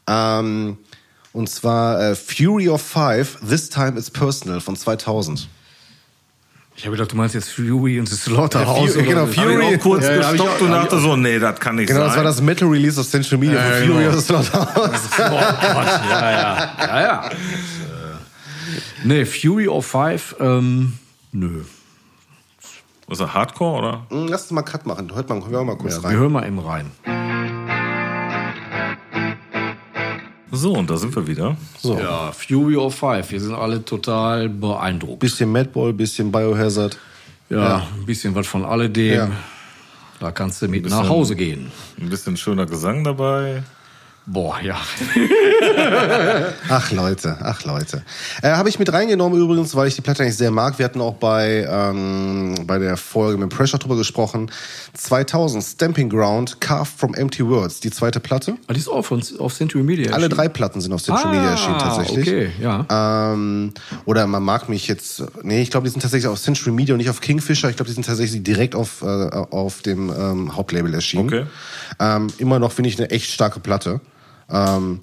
Speaker 3: Ähm, und zwar äh, Fury of Five, This Time It's Personal von 2000.
Speaker 4: Ich habe gedacht, du meinst jetzt Fury und the Slaughterhouse.
Speaker 3: Fu-
Speaker 4: oder
Speaker 3: genau,
Speaker 4: so.
Speaker 5: Hab
Speaker 3: Fury-
Speaker 5: ich auch kurz
Speaker 3: Ja, ja, hab ich
Speaker 5: gestoppt
Speaker 3: auch-
Speaker 5: und
Speaker 3: hab ich
Speaker 5: dachte so, nee, das kann nicht
Speaker 3: Genau,
Speaker 5: sein.
Speaker 3: das war das Metal Release auf Central Media
Speaker 4: Ja,
Speaker 3: von
Speaker 4: genau.
Speaker 3: Fury of Slaughterhouse.
Speaker 4: Oh Gott, ja, ja, ja, ja. Nee, Fury of Five, ähm, nö.
Speaker 5: Ist er Hardcore oder?
Speaker 3: Hm, Lass uns mal Cut machen. Hört mal, hör mal kurz
Speaker 4: Ja, wir
Speaker 3: rein.
Speaker 4: hören mal eben rein.
Speaker 5: So, und da sind wir wieder.
Speaker 3: So.
Speaker 4: Ja, Fury of Five, wir sind alle total beeindruckt.
Speaker 3: Bisschen Madball, bisschen Biohazard.
Speaker 4: ja, ein bisschen was von alledem.
Speaker 3: Ja.
Speaker 4: Da kannst du mit nach Hause gehen.
Speaker 5: Ein bisschen schöner Gesang dabei.
Speaker 4: Boah, ja. <laughs>
Speaker 3: Ach Leute, ach Leute. Äh, Habe ich mit reingenommen übrigens, weil ich die Platte eigentlich sehr mag. Wir hatten auch bei, ähm, bei der Folge mit Pressure drüber gesprochen. 2000, Stamping Ground, Carved from Empty Words, die zweite Platte.
Speaker 4: Ah, Die ist auch von, auf Century Media.
Speaker 3: Alle
Speaker 4: erschienen.
Speaker 3: drei Platten sind auf Central Media erschienen tatsächlich.
Speaker 4: Ah, Okay, ja.
Speaker 3: Ähm, oder man mag mich jetzt. Nee, ich glaube, die sind tatsächlich auf Century Media und nicht auf Kingfisher. Ich glaube, die sind tatsächlich direkt auf, äh, auf dem ähm, Hauptlabel erschienen.
Speaker 5: Okay.
Speaker 3: Ähm, immer noch finde ich eine echt starke Platte. Ähm,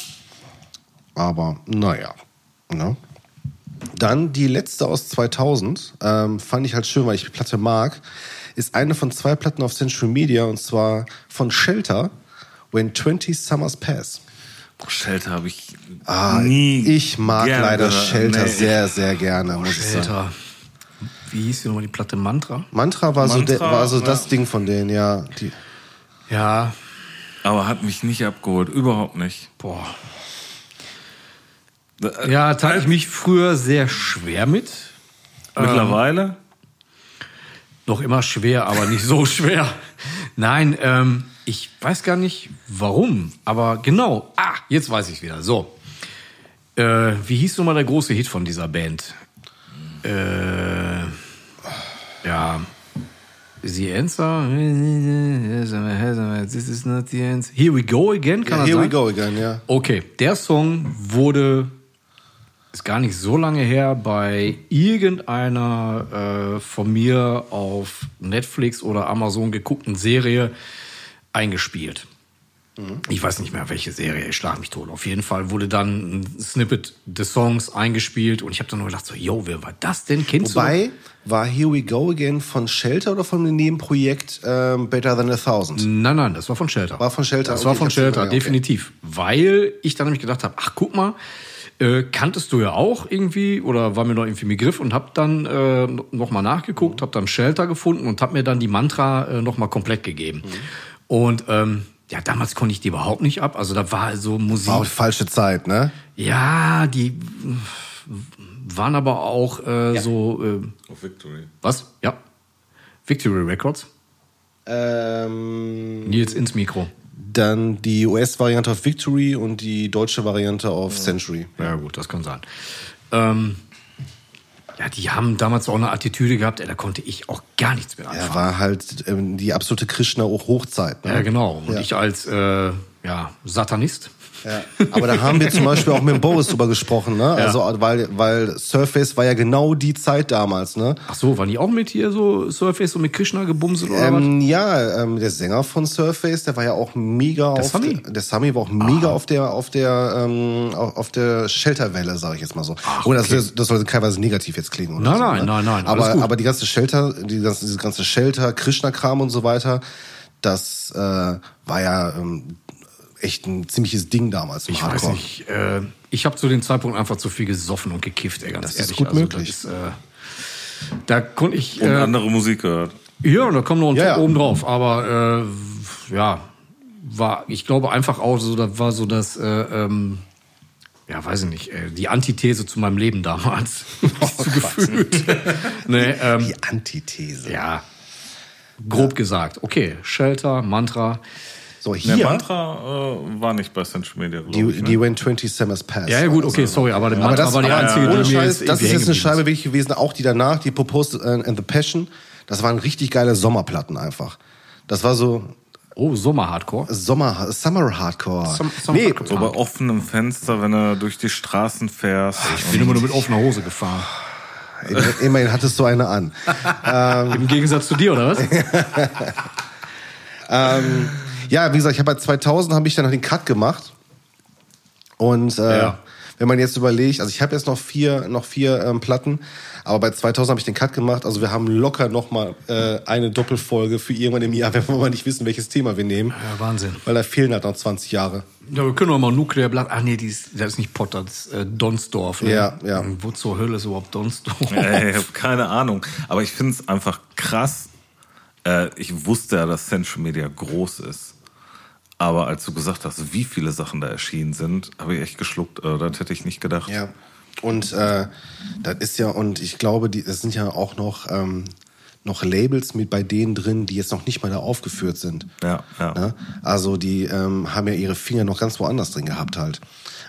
Speaker 3: aber naja. Ne? Dann die letzte aus 2000, ähm, fand ich halt schön, weil ich die Platte mag, ist eine von zwei Platten auf Century Media und zwar von Shelter, When 20 Summers Pass.
Speaker 5: Boah, Shelter habe ich
Speaker 3: Ah,
Speaker 5: nie.
Speaker 3: ich mag
Speaker 5: gerne
Speaker 3: leider
Speaker 5: gehört.
Speaker 3: Shelter
Speaker 5: Nee, Oh,
Speaker 3: sehr, sehr gerne, muss ich sagen.
Speaker 4: Alter. Wie hieß die nochmal die Platte Mantra?
Speaker 3: Mantra war so,
Speaker 5: Mantra,
Speaker 3: de, war so
Speaker 5: ja.
Speaker 3: das Ding von denen, ja. Die,
Speaker 4: Ja,
Speaker 5: Aber hat mich nicht abgeholt, überhaupt nicht. Äh,
Speaker 4: boah. Ja, tat ich mich früher sehr schwer mit.
Speaker 5: Mittlerweile?
Speaker 4: Noch immer schwer, aber nicht so <laughs> schwer. Nein, ähm, ich weiß gar nicht warum, aber genau. Ah, jetzt weiß ich wieder. So. Äh, wie hieß nun mal der große Hit von dieser Band? Äh, ja. The answer? <laughs> This is not the answer. Here we go again, kann
Speaker 3: ja,
Speaker 4: das
Speaker 3: here
Speaker 4: sein?
Speaker 3: we go again, ja.
Speaker 4: Okay, der Song wurde, ist gar nicht so lange her, bei irgendeiner äh, von mir auf Netflix oder Amazon geguckten Serie eingespielt. Ich weiß nicht mehr, welche Serie, ich schlag mich tot. Auf jeden Fall wurde dann ein Snippet des Songs eingespielt und ich habe dann nur gedacht, so, yo, wer war das denn? Kennst du?
Speaker 3: Wobei, war Here We Go Again von Shelter oder von dem Nebenprojekt ähm, Better Than a Thousand?
Speaker 4: Nein, nein, das war von Shelter.
Speaker 3: War von Shelter,
Speaker 4: Das
Speaker 3: okay,
Speaker 4: war
Speaker 3: ich
Speaker 4: von
Speaker 3: hab's nicht
Speaker 4: Shelter,
Speaker 3: mehr, okay.
Speaker 4: definitiv. Weil ich dann nämlich gedacht habe, ach guck mal, äh, kanntest du ja auch irgendwie oder war mir noch irgendwie im Begriff und habe dann äh, nochmal nachgeguckt, habe dann Shelter gefunden und habe mir dann die Mantra äh, nochmal komplett gegeben.
Speaker 3: Mhm.
Speaker 4: Und ähm, ja, damals konnte ich die überhaupt nicht ab. Also da war so Musik.
Speaker 3: War auch die falsche Zeit, ne?
Speaker 4: Ja, die waren aber auch äh, so, äh,
Speaker 5: Auf Victory.
Speaker 4: was? Ja. Victory Records.
Speaker 3: Ähm,
Speaker 4: Nils ins Mikro.
Speaker 3: dann die US-Variante auf Victory und die deutsche Variante auf Century.
Speaker 4: Ja, gut, das kann sein. Ähm, ja, die haben damals auch eine Attitüde gehabt, ey, da konnte ich auch gar nichts mehr
Speaker 3: Ja,
Speaker 4: anfangen.
Speaker 3: war halt ähm, die absolute Krishna-Hochzeit. Ne?
Speaker 4: Ja, genau. Und
Speaker 3: Ja.
Speaker 4: ich als äh, ja, Satanist.
Speaker 3: Ja. Aber da haben wir zum Beispiel auch mit Boris drüber gesprochen, ne? Also, weil, weil Surface war ja genau die Zeit damals, ne?
Speaker 4: Ach so, waren die auch mit hier so Surface und mit Krishna gebumselt oder was?
Speaker 3: Ähm, ja, ähm, der Sänger von Surface, der war ja auch mega auf
Speaker 4: Sami? Ah.
Speaker 3: der, der Sami war auch mega auf der auf der ähm, auf auf der Shelterwelle, sage ich jetzt mal so. Oder das, soll- das soll teilweise negativ jetzt klingen. Oder
Speaker 4: Nein,
Speaker 3: so,
Speaker 4: nein,
Speaker 3: ne?
Speaker 4: nein, nein, alles
Speaker 3: Aber
Speaker 4: gut.
Speaker 3: aber die ganze Shelter, die ganze diese ganze Shelter, Krishna Kram und so weiter, das äh, war ja ähm, echt ein ziemliches Ding damals. im
Speaker 4: Ich weiß
Speaker 3: Hardcore.
Speaker 4: nicht. Äh, ich habe zu dem Zeitpunkt einfach zu viel gesoffen und gekifft, ey, ganz
Speaker 3: Das ist
Speaker 4: ehrlich.
Speaker 3: gut
Speaker 4: also,
Speaker 3: möglich. Um
Speaker 4: Das ist, äh, da konnte ich.
Speaker 5: Und
Speaker 4: Äh,
Speaker 5: andere Musik gehört.
Speaker 4: Ja, und da kommt noch ein
Speaker 3: Ja,
Speaker 4: ja,
Speaker 3: ja.
Speaker 4: oben drauf. Aber äh, ja, war, ich glaube einfach auch so, da war so das, äh, ähm, ja, weiß ich nicht, äh, die Antithese zu meinem Leben <laughs> damals. so gefühlt. nee, ähm,
Speaker 3: Die Antithese.
Speaker 4: ja. Grob gesagt. Okay, Shelter, Mantra.
Speaker 3: So
Speaker 5: Der
Speaker 3: hier
Speaker 5: Mantra äh, war nicht bei Central Media, glaub ich.
Speaker 3: die,
Speaker 5: ne?
Speaker 3: die When 20 Summers Pass.
Speaker 4: Ja, ja, gut, okay, sorry, aber der Mantra
Speaker 3: Aber das,
Speaker 4: war die
Speaker 3: aber
Speaker 4: einzige,
Speaker 3: ohne
Speaker 4: die mir
Speaker 3: Scheiß,
Speaker 4: jetzt
Speaker 3: das
Speaker 4: irgendwie
Speaker 3: ist jetzt
Speaker 4: hängen
Speaker 3: eine
Speaker 4: geblieben
Speaker 3: Scheibe wirklich gewesen, auch die danach, die äh, Proposed and, and the Passion, das waren richtig geile Sommerplatten einfach. Das war so,
Speaker 4: Oh, Sommer-Hardcore.
Speaker 3: Sommer, Summer Hardcore.
Speaker 4: Sum- Summer
Speaker 3: nee,
Speaker 4: Hardcore.
Speaker 5: So bei offenem Fenster, wenn du durch die Straßen
Speaker 3: Ah,
Speaker 5: fährst.
Speaker 4: Ich bin immer nur mit offener Hose gefahren.
Speaker 3: immerhin- äh, immerhin hattest du eine an.
Speaker 4: Im Gegensatz zu dir, oder was?
Speaker 3: Ja, wie gesagt, ich habe bei 2000 habe ich dann noch den Cut gemacht. Und äh,
Speaker 4: Ja.
Speaker 3: wenn man jetzt überlegt, also ich habe jetzt noch vier, noch vier ähm, Platten, aber bei 2000 habe ich den Cut gemacht. Also wir haben locker noch mal äh, eine Doppelfolge für irgendwann im Jahr, <laughs> wenn wir mal nicht wissen, welches Thema wir nehmen,
Speaker 4: Ja, Wahnsinn.
Speaker 3: weil da fehlen halt noch 20 Jahre.
Speaker 4: Ja, wir können doch mal Nuclearblatt. Ach nee, die ist, das ist nicht Potter, das ist äh, Donsdorf. Ne?
Speaker 3: Ja, ja.
Speaker 4: Wo zur Hölle ist überhaupt Donsdorf?
Speaker 5: Ey, ich hab keine Ahnung. Aber ich finde es einfach krass. Äh, ich wusste ja, dass Central Media groß ist. Aber als du gesagt hast, wie viele Sachen da erschienen sind, habe ich echt geschluckt. Äh, das hätte ich nicht gedacht.
Speaker 3: Ja. Und äh, das ist ja, und ich glaube, die, das sind ja auch noch, ähm, noch Labels mit bei denen drin, die jetzt noch nicht mal da aufgeführt sind.
Speaker 5: Ja, ja.
Speaker 3: Ne? Also die ähm, haben ja ihre Finger noch ganz woanders drin gehabt halt.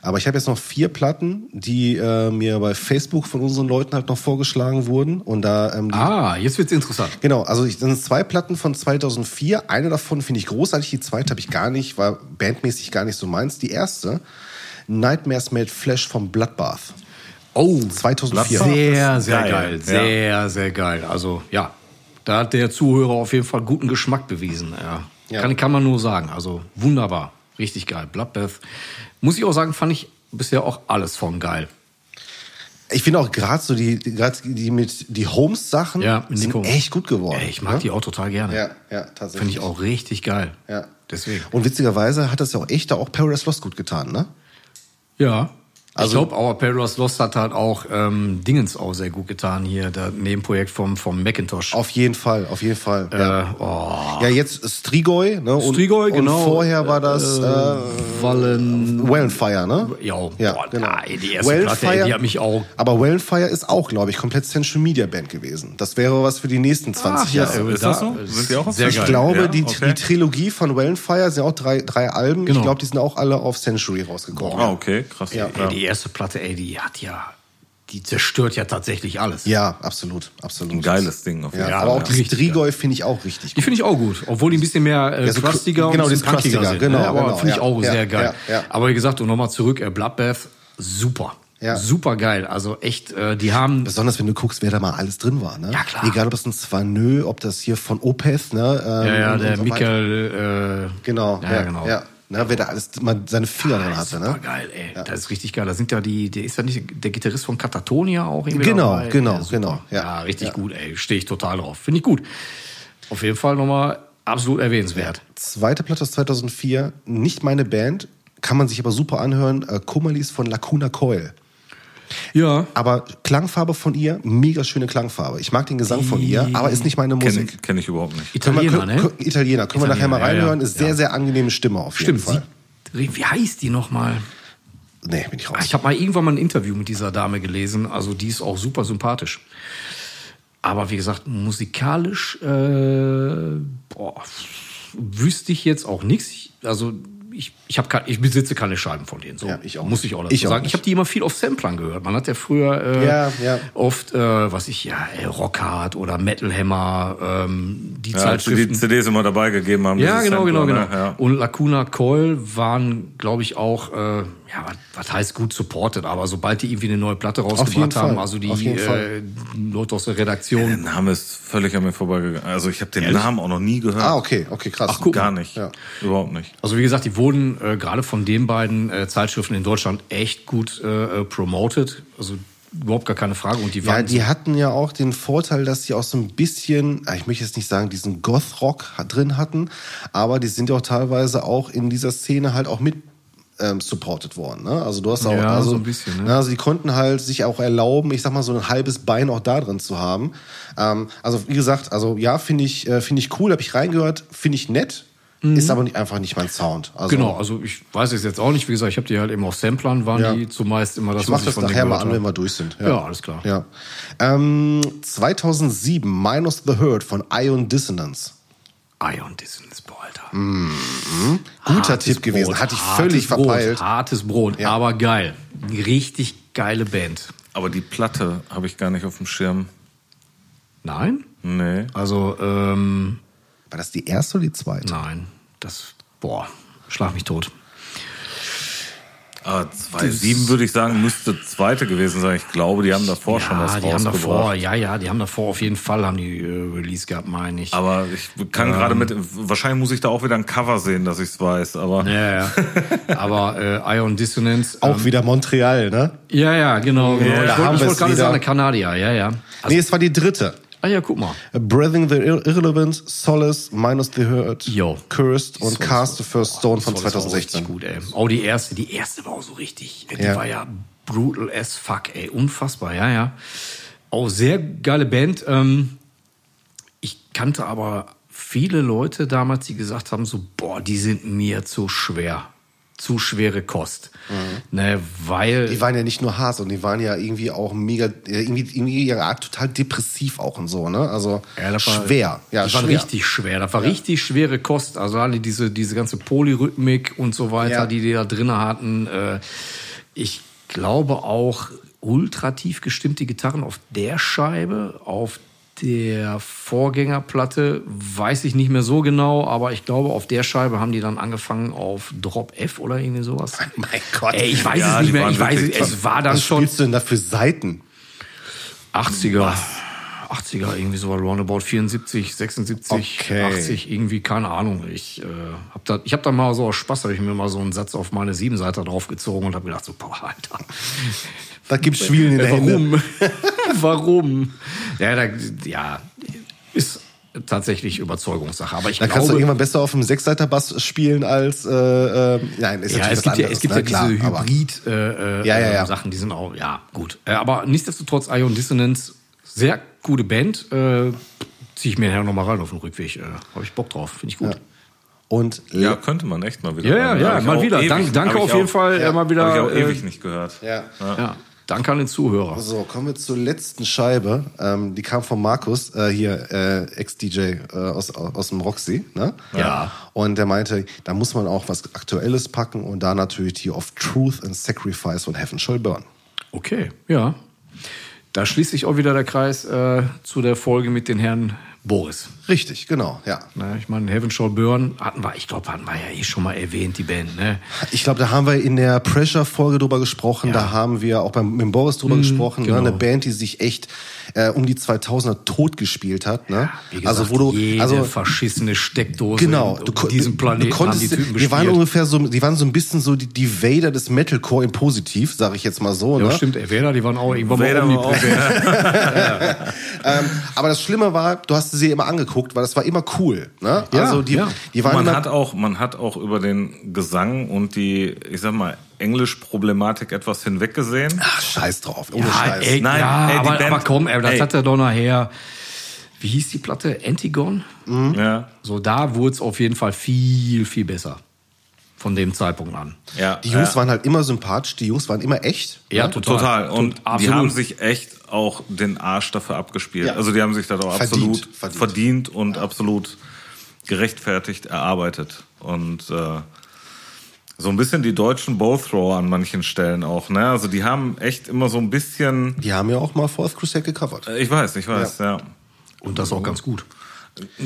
Speaker 3: Aber ich habe jetzt noch vier Platten, die äh, mir bei Facebook von unseren Leuten halt noch vorgeschlagen wurden. Und da ähm, die
Speaker 4: <laughs> Ah, jetzt wird's interessant.
Speaker 3: Genau, also ich, das sind zwei Platten von 2004. Eine davon finde ich großartig, die zweite habe ich gar nicht, war bandmäßig gar nicht so meins. Die erste, Nightmares Made Flash vom Bloodbath.
Speaker 4: Oh,
Speaker 3: 2004.
Speaker 4: Sehr,
Speaker 5: Das ist
Speaker 4: sehr geil.
Speaker 5: geil.
Speaker 4: Sehr, sehr geil. Also, ja. Da hat der Zuhörer auf jeden Fall guten Geschmack bewiesen. Ja.
Speaker 3: Ja.
Speaker 4: Kann, kann man nur sagen. Also, wunderbar. Richtig geil. Bloodbath. Muss ich auch sagen, fand ich bisher auch alles von geil.
Speaker 3: Ich finde auch gerade so die, gerade die mit die Holmes-Sachen
Speaker 4: Ja, mit
Speaker 3: sind
Speaker 4: Nico.
Speaker 3: echt gut geworden.
Speaker 4: Ey, ich mag
Speaker 3: ne?
Speaker 4: die auch total gerne.
Speaker 3: Ja, ja, tatsächlich.
Speaker 4: Finde ich auch richtig geil.
Speaker 3: Ja.
Speaker 4: Deswegen.
Speaker 3: Und witzigerweise hat das ja auch echt da auch Paradise Lost gut getan, ne?
Speaker 4: Ja. ich
Speaker 3: Also-
Speaker 4: glaube, Our Paradise Lost hat halt auch ähm, Dingens auch sehr gut getan hier, das Nebenprojekt vom, vom Macintosh.
Speaker 3: Auf jeden Fall, auf jeden Fall.
Speaker 4: äh,
Speaker 3: ja.
Speaker 4: oh,
Speaker 3: ja, jetzt Strigoi, ne? Und,
Speaker 4: Strigoi, genau.
Speaker 3: Und vorher war das äh,
Speaker 4: Wallen.
Speaker 3: Wellfire, ne?
Speaker 4: Ja, boah, ey, die erste
Speaker 3: Wellfire,
Speaker 4: Platte, ey, die hat mich auch-
Speaker 3: Aber Wellfire ist auch, glaube ich, komplett Social Media Band gewesen. Das wäre was für die nächsten 20
Speaker 4: Ach, ja,
Speaker 3: Jahre.
Speaker 4: ey,
Speaker 5: Ist
Speaker 4: da-
Speaker 5: das so? Sind die auch auf
Speaker 4: sehr
Speaker 5: Social
Speaker 3: Ich
Speaker 4: geil.
Speaker 3: glaube,
Speaker 5: Ja,
Speaker 3: die,
Speaker 5: okay.
Speaker 3: die Trilogie von Wellfire sind auch drei, drei Alben.
Speaker 4: Genau.
Speaker 3: Ich glaube, die sind auch alle auf Century rausgekommen.
Speaker 5: Ah, okay, krass.
Speaker 3: Ja.
Speaker 4: Ey, die erste Platte, ey, die hat ja, die zerstört ja tatsächlich alles.
Speaker 3: Ja, absolut, absolut.
Speaker 5: Ein geiles Ding auf jeden
Speaker 3: Ja,
Speaker 5: Fall.
Speaker 3: aber auch die
Speaker 4: richtig
Speaker 3: Strigoi finde ich auch richtig.
Speaker 4: Die finde ich auch gut, obwohl die ein bisschen mehr äh,
Speaker 3: Ja, so
Speaker 4: crustiger
Speaker 3: genau, die
Speaker 4: und ein bisschen punkiger
Speaker 3: crustiger,
Speaker 4: sind.
Speaker 3: genau,
Speaker 4: ne? Aber
Speaker 3: genau,
Speaker 4: finde ich
Speaker 3: ja,
Speaker 4: auch
Speaker 3: ja,
Speaker 4: sehr geil.
Speaker 3: ja, ja.
Speaker 4: Aber wie gesagt, und nochmal zurück, äh, Bloodbath, super.
Speaker 3: Ja.
Speaker 4: Super geil. Also echt, äh, die haben
Speaker 3: Besonders wenn du guckst, wer da mal alles drin war, ne?
Speaker 4: Ja, klar.
Speaker 3: Egal, ob das ein Svanö, ob das hier von Opeth, ne? ähm,
Speaker 4: Ja, ja,
Speaker 3: und-
Speaker 4: der
Speaker 3: und so weiter.
Speaker 4: Michael. Äh,
Speaker 3: Genau,
Speaker 4: ja, genau. Ah,
Speaker 3: Ja. Ne, wer da alles mal seine Finger dran hatte,
Speaker 4: Super
Speaker 3: ne?
Speaker 4: geil, ey. Das ist richtig geil. Da sind ja die, der ist ja nicht der Gitarrist von Katatonia auch irgendwie.
Speaker 3: Genau,
Speaker 4: dabei.
Speaker 3: genau,
Speaker 4: ja, super.
Speaker 3: genau,
Speaker 4: Ja,
Speaker 3: ja.
Speaker 4: richtig
Speaker 3: Ja.
Speaker 4: gut, ey. Stehe ich total drauf. Finde ich gut. Auf jeden Fall nochmal absolut erwähnenswert.
Speaker 3: Zweite Platte aus 2004, nicht meine Band, kann man sich aber super anhören, äh, Kummerlis von Lacuna Coil.
Speaker 4: Ja.
Speaker 3: Aber Klangfarbe von ihr, mega schöne Klangfarbe. Ich mag den Gesang von ihr, aber ist nicht meine
Speaker 5: Kenne
Speaker 3: Musik.
Speaker 5: kenn ich überhaupt nicht.
Speaker 3: Können wir-
Speaker 4: Italiener, ne?
Speaker 3: können- Italiener, können wir nachher mal
Speaker 4: Italiener, ja, ja.
Speaker 3: reinhören. Ist
Speaker 4: Ja.
Speaker 3: sehr, sehr angenehme Stimme auf jeden
Speaker 4: Stimmt.
Speaker 3: Fall.
Speaker 4: Sie, wie heißt die nochmal?
Speaker 3: Nee, bin ich raus.
Speaker 4: Ah, Ich habe mal irgendwann mal ein Interview mit dieser Dame gelesen. Also die ist auch super sympathisch. Aber wie gesagt, musikalisch äh, boah, wüsste ich jetzt auch nichts. Ich- Also ich, ich, hab kein, ich besitze keine Scheiben von denen. So.
Speaker 3: Ja, ich auch
Speaker 4: Muss
Speaker 3: nicht.
Speaker 4: ich auch dazu
Speaker 3: Ich auch
Speaker 4: sagen.
Speaker 3: nicht.
Speaker 4: Ich habe die immer viel auf Samplern gehört. Man hat ja früher äh,
Speaker 3: Ja, ja.
Speaker 4: oft, äh, was ich ja, ey, Rockhard oder Metal Hammer, ähm, die
Speaker 5: Ja, als wir die
Speaker 4: Zeitschriften.
Speaker 5: CDs immer dabei gegeben haben.
Speaker 4: Ja,
Speaker 5: dieses
Speaker 4: genau,
Speaker 5: Sampler,
Speaker 4: genau, genau.
Speaker 5: ne? Ja.
Speaker 4: Und Lacuna Coil waren, glaube ich, auch, äh, ja, was, was heißt gut supported, aber sobald die irgendwie eine neue Platte rausgebracht
Speaker 3: jeden
Speaker 4: haben,
Speaker 3: Fall.
Speaker 4: also die
Speaker 3: Auf jeden
Speaker 4: äh,
Speaker 3: Fall.
Speaker 4: Leute aus der Redaktion.
Speaker 5: Der Name ist völlig an mir vorbeigegangen. Also ich habe den Namen auch noch nie gehört.
Speaker 3: Ah, okay, okay, krass.
Speaker 4: Ach, guck
Speaker 5: Gar nicht.
Speaker 3: Ja.
Speaker 5: Überhaupt nicht.
Speaker 4: Also wie gesagt, die wurden äh, gerade von den beiden äh, Zeitschriften in Deutschland echt gut äh, äh, promoted. Also überhaupt gar keine Frage. Und die
Speaker 3: Ja,
Speaker 4: waren
Speaker 3: die hatten ja auch den Vorteil, dass sie auch so ein bisschen, ah, ich möchte jetzt nicht sagen, diesen Goth-Rock hat- drin hatten, aber die sind ja auch teilweise auch in dieser Szene halt auch mit ähm, supported worden. Ne? Also du hast auch,
Speaker 4: Ja,
Speaker 3: also,
Speaker 4: so ein bisschen, ne?
Speaker 3: na, also die konnten halt sich auch erlauben, ich sag mal so ein halbes Bein auch da drin zu haben. Ähm, also wie gesagt, also ja, finde ich, äh, finde ich cool, habe ich reingehört, finde ich nett, ist aber nicht, einfach nicht mein Sound. Also,
Speaker 4: Mhm. Genau, also ich weiß es jetzt auch nicht. Wie gesagt, ich habe die halt eben auf Samplern, waren
Speaker 3: Ja.
Speaker 4: die zumeist immer das,
Speaker 3: Ich mach
Speaker 4: was
Speaker 3: das
Speaker 4: von denen
Speaker 3: nachher mal
Speaker 4: gehört
Speaker 3: an,
Speaker 4: habe.
Speaker 3: wenn wir durch sind.
Speaker 4: Ja, alles klar.
Speaker 3: Ja. Ähm, 2007, Minus the Herd von Ion Dissonance.
Speaker 4: Ion Dissonance, boah, Alter.
Speaker 3: Mhm. Guter
Speaker 4: Hartes
Speaker 3: Tipp gewesen.
Speaker 4: Brot,
Speaker 3: Hatte ich
Speaker 4: hartes
Speaker 3: völlig
Speaker 4: Brot,
Speaker 3: verpeilt.
Speaker 4: Hartes Brot,
Speaker 3: Ja.
Speaker 4: aber geil. Richtig geile Band.
Speaker 5: Aber die Platte habe ich gar nicht auf dem Schirm.
Speaker 4: Nein?
Speaker 5: Nee.
Speaker 4: Also, ähm,
Speaker 3: War ähm, das die erste oder die zweite?
Speaker 4: nein. Das, boah, schlag mich tot.
Speaker 5: Ah, 2007 würde ich sagen, müsste zweite gewesen sein. Ich glaube, die haben davor schon was
Speaker 4: die haben davor,
Speaker 5: rausgebracht.
Speaker 4: ja, ja, die haben davor auf jeden Fall haben die äh, Release gehabt, meine ich.
Speaker 5: Aber ich
Speaker 4: Ähm.
Speaker 5: kann gerade mit, wahrscheinlich muss ich da auch wieder ein Cover sehen, dass ich es weiß, aber <laughs>
Speaker 4: ja, ja. Aber äh, Ion Dissonance. ähm,
Speaker 3: Auch wieder Montreal, ne?
Speaker 4: Ja, ja, genau. genau.
Speaker 3: da
Speaker 4: ich wollte
Speaker 3: haben wir's
Speaker 4: ich wollte gerade
Speaker 3: wieder.
Speaker 4: sagen, Kanadier, ja, ja.
Speaker 3: nee, es war die dritte.
Speaker 4: Ah ja, guck mal.
Speaker 3: Breathing the Irre- Irrelevant, Solace, Minus the Hurt,
Speaker 4: Jo.
Speaker 3: Cursed und Cast the First Stone von
Speaker 4: Boah, das war auch richtig
Speaker 3: 2016.
Speaker 4: gut, ey. Auch die erste, die erste war auch so richtig. Die
Speaker 3: Ja.
Speaker 4: war ja brutal as fuck, ey. Unfassbar, ja, ja. Auch sehr geile Band. Ähm, ich kannte aber viele Leute damals, die gesagt haben: so, boah, die sind mir zu schwer. Zu schwere Kost. Ne, weil.
Speaker 3: Die waren ja nicht nur hart, sondern die waren ja irgendwie auch mega, ja, irgendwie, irgendwie ihre Art total depressiv auch und so, ne? Also
Speaker 4: Ja, das war,
Speaker 3: schwer. Ja,
Speaker 4: das
Speaker 3: schwer.
Speaker 4: war richtig schwer. Das war richtig schwere Kost. Also alle diese, diese ganze Polyrhythmik und so weiter,
Speaker 3: Ja.
Speaker 4: die die da drin hatten. Äh, Ich glaube auch ultra tief gestimmte Gitarren auf der Scheibe, auf der Vorgängerplatte, weiß ich nicht mehr so genau, aber ich glaube, auf der Scheibe haben die dann angefangen auf Drop F oder irgendwie sowas.
Speaker 3: Mein Gott.
Speaker 4: Ey, ich weiß
Speaker 5: Ja,
Speaker 4: es nicht
Speaker 5: die
Speaker 4: mehr.
Speaker 5: waren
Speaker 4: Ich weiß es,
Speaker 5: wirklich krass.
Speaker 4: es war dann
Speaker 3: Was
Speaker 4: schon
Speaker 3: spielst du denn da für Seiten?
Speaker 4: 80er. 80er, irgendwie so roundabout 74, 76,
Speaker 3: Okay.
Speaker 4: 80, irgendwie, keine Ahnung. Ich äh, habe da, ich hab da mal so aus Spaß, habe ich mir mal so einen Satz auf meine Siebenseiter draufgezogen und habe gedacht, so, boah, Alter.
Speaker 3: Da gibt's Schwielen in der Hände.
Speaker 4: Warum? <laughs> Warum? Ja, da, ja, ist tatsächlich Überzeugungssache. Aber ich
Speaker 3: Da kannst du
Speaker 4: glaube,
Speaker 3: irgendwann besser auf dem Sechsseiter-Bass spielen als, äh, äh, nein, ist
Speaker 4: ja,
Speaker 3: natürlich
Speaker 4: es
Speaker 3: was
Speaker 4: gibt ja,
Speaker 3: anderes,
Speaker 4: es gibt
Speaker 3: ne?
Speaker 4: ja
Speaker 3: Klar,
Speaker 4: diese
Speaker 3: aber-
Speaker 4: Hybrid äh, äh,
Speaker 3: Ja, ja, ja.
Speaker 4: äh, Sachen, die sind auch, ja, gut. Äh, aber nichtsdestotrotz, Ion Dissonance, sehr gute Band. Äh, Ziehe ich mir nachher nochmal rein auf den Rückweg. Äh, Habe ich Bock drauf, finde ich gut.
Speaker 3: Und
Speaker 5: ja, könnte man echt mal wieder.
Speaker 4: Ja, ja,
Speaker 5: hören.
Speaker 4: ja,
Speaker 5: Hab ich
Speaker 4: mal
Speaker 5: auch
Speaker 4: wieder.
Speaker 5: ewig-
Speaker 4: Dank,
Speaker 5: hab
Speaker 4: danke
Speaker 5: ich
Speaker 4: auf jeden
Speaker 5: auch-
Speaker 4: Fall äh, mal wieder.
Speaker 5: Hab ich auch
Speaker 4: äh,
Speaker 5: ewig nicht gehört.
Speaker 3: ja.
Speaker 4: ja, danke an den Zuhörer.
Speaker 3: So, kommen wir zur letzten Scheibe. Ähm, die kam von Markus, äh, hier äh, Ex-DJ äh, aus, aus dem Roxy. Ne?
Speaker 4: Ja.
Speaker 3: Und der meinte, da muss man auch was Aktuelles packen und da natürlich die Of Truth and Sacrifice von Heaven Shall Burn.
Speaker 4: Okay, ja. Da schließt sich auch wieder der Kreis äh, zu der Folge mit den Herrn Boris.
Speaker 3: Richtig, genau, ja.
Speaker 4: Ne, ich meine, Heaven Shall Burn hatten wir, ich glaube, hatten wir ja eh schon mal erwähnt, die Band. Ne?
Speaker 3: Ich glaube, da haben wir in der Pressure-Folge drüber gesprochen, da haben wir auch beim, mit Boris
Speaker 4: Mhm,
Speaker 3: drüber gesprochen, ne?
Speaker 4: genau.
Speaker 3: eine Band, die sich echt äh, um die 2000er tot gespielt hat. Ne?
Speaker 4: Wie gesagt,
Speaker 3: also, wo du,
Speaker 4: jede
Speaker 3: also
Speaker 4: verschissene Steckdose
Speaker 3: Genau,
Speaker 4: in,
Speaker 3: du,
Speaker 4: auf
Speaker 3: kon-
Speaker 4: diesem Planeten
Speaker 3: du konntest,
Speaker 4: haben die Typen
Speaker 3: die waren
Speaker 4: bespielt.
Speaker 3: ungefähr so, die waren so ein bisschen so die, die Vader des Metalcore im Positiv, sage ich jetzt mal so.
Speaker 4: Ja,
Speaker 3: ne?
Speaker 4: stimmt, ey, Werder, die waren auch irgendwann
Speaker 5: Vader
Speaker 4: mal
Speaker 5: war auch-
Speaker 4: omnipräsent.
Speaker 3: Ähm, aber das Schlimme war, du hast sie immer angeguckt, weil das war immer cool. Ne?
Speaker 4: Ja,
Speaker 3: also die,
Speaker 4: ja.
Speaker 3: die waren
Speaker 5: man
Speaker 3: immer,
Speaker 5: hat auch, man hat auch über den Gesang und die, ich sag mal, Englisch-Problematik etwas hinweggesehen.
Speaker 3: ach, Scheiß drauf, ohne
Speaker 4: Ah,
Speaker 3: Scheiß.
Speaker 4: ey,
Speaker 5: Nein,
Speaker 4: ja,
Speaker 5: ey, die
Speaker 4: aber,
Speaker 5: Band-
Speaker 4: aber komm, ey, das
Speaker 5: ey.
Speaker 4: hat er doch nachher. Wie hieß die Platte? Antigon?
Speaker 5: Ja,
Speaker 4: So, da wurde es auf jeden Fall viel, viel besser. Von dem Zeitpunkt an.
Speaker 5: ja.
Speaker 3: Die Jungs
Speaker 5: ja.
Speaker 3: waren halt immer sympathisch, die Jungs waren immer echt.
Speaker 4: Ja,
Speaker 5: Total. Und
Speaker 4: Tot- absolut.
Speaker 5: die haben sich echt auch den Arsch dafür abgespielt.
Speaker 3: Ja.
Speaker 5: Also die haben sich das auch
Speaker 3: Verdient,
Speaker 5: absolut
Speaker 3: verdient.
Speaker 5: verdient, und absolut gerechtfertigt erarbeitet. Und äh, so ein bisschen die deutschen Bowthrower an manchen Stellen auch. Ne? Also die haben echt immer so ein bisschen...
Speaker 3: Die haben ja auch mal Fourth Crusade gecovert.
Speaker 5: Ich weiß, ich weiß, ja.
Speaker 4: Und das auch ganz gut.